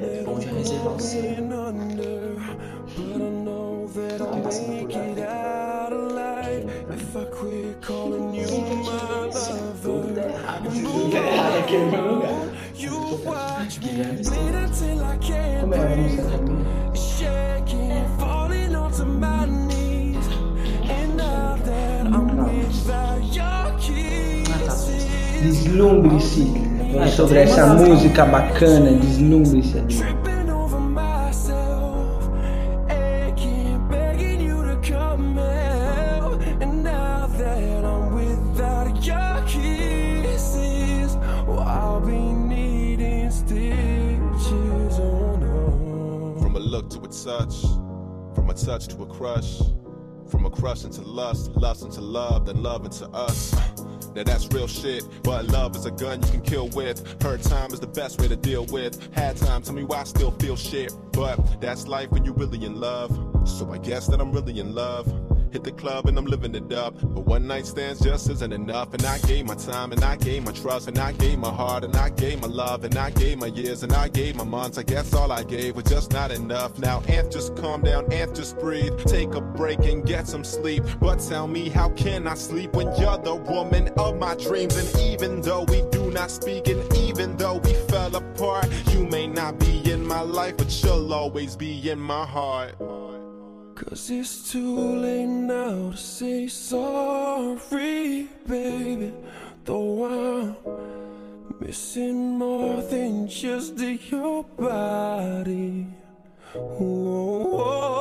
É bom já reservar o seu. Não passa por lá. Tudo der errado.
Ah, aqui é o meu lugar. Como é a música da minha?
Ah, tá.
Deslumbre-se
Ah,
sobre essa música bacana, deslumbre-se.
Oh,
From a look to a touch, from a touch to a crush, from a crush into lust, lust into love, then love into us. Now that's real shit, but love is a gun you can kill with. Her time is the best way to deal with. Had time, tell me why I still feel shit. But that's life when you really in love. So I guess that I'm really in love. Hit the club and I'm living it up. But one night stands just isn't enough. And I gave my time and I gave my trust and I gave my heart and I gave my love and I gave my years and I gave my months. I guess all I gave was just not enough. Now, Anth, just calm down, Anth, just breathe. Take a break and get some sleep. But tell me, how can I sleep when you're the woman of my dreams? And even though we do not speak and even though we fell apart, you may not be in my life, but you'll always be in my heart.
Cause it's too late now to say sorry, baby. Though I'm missing more than just your body. Whoa, whoa.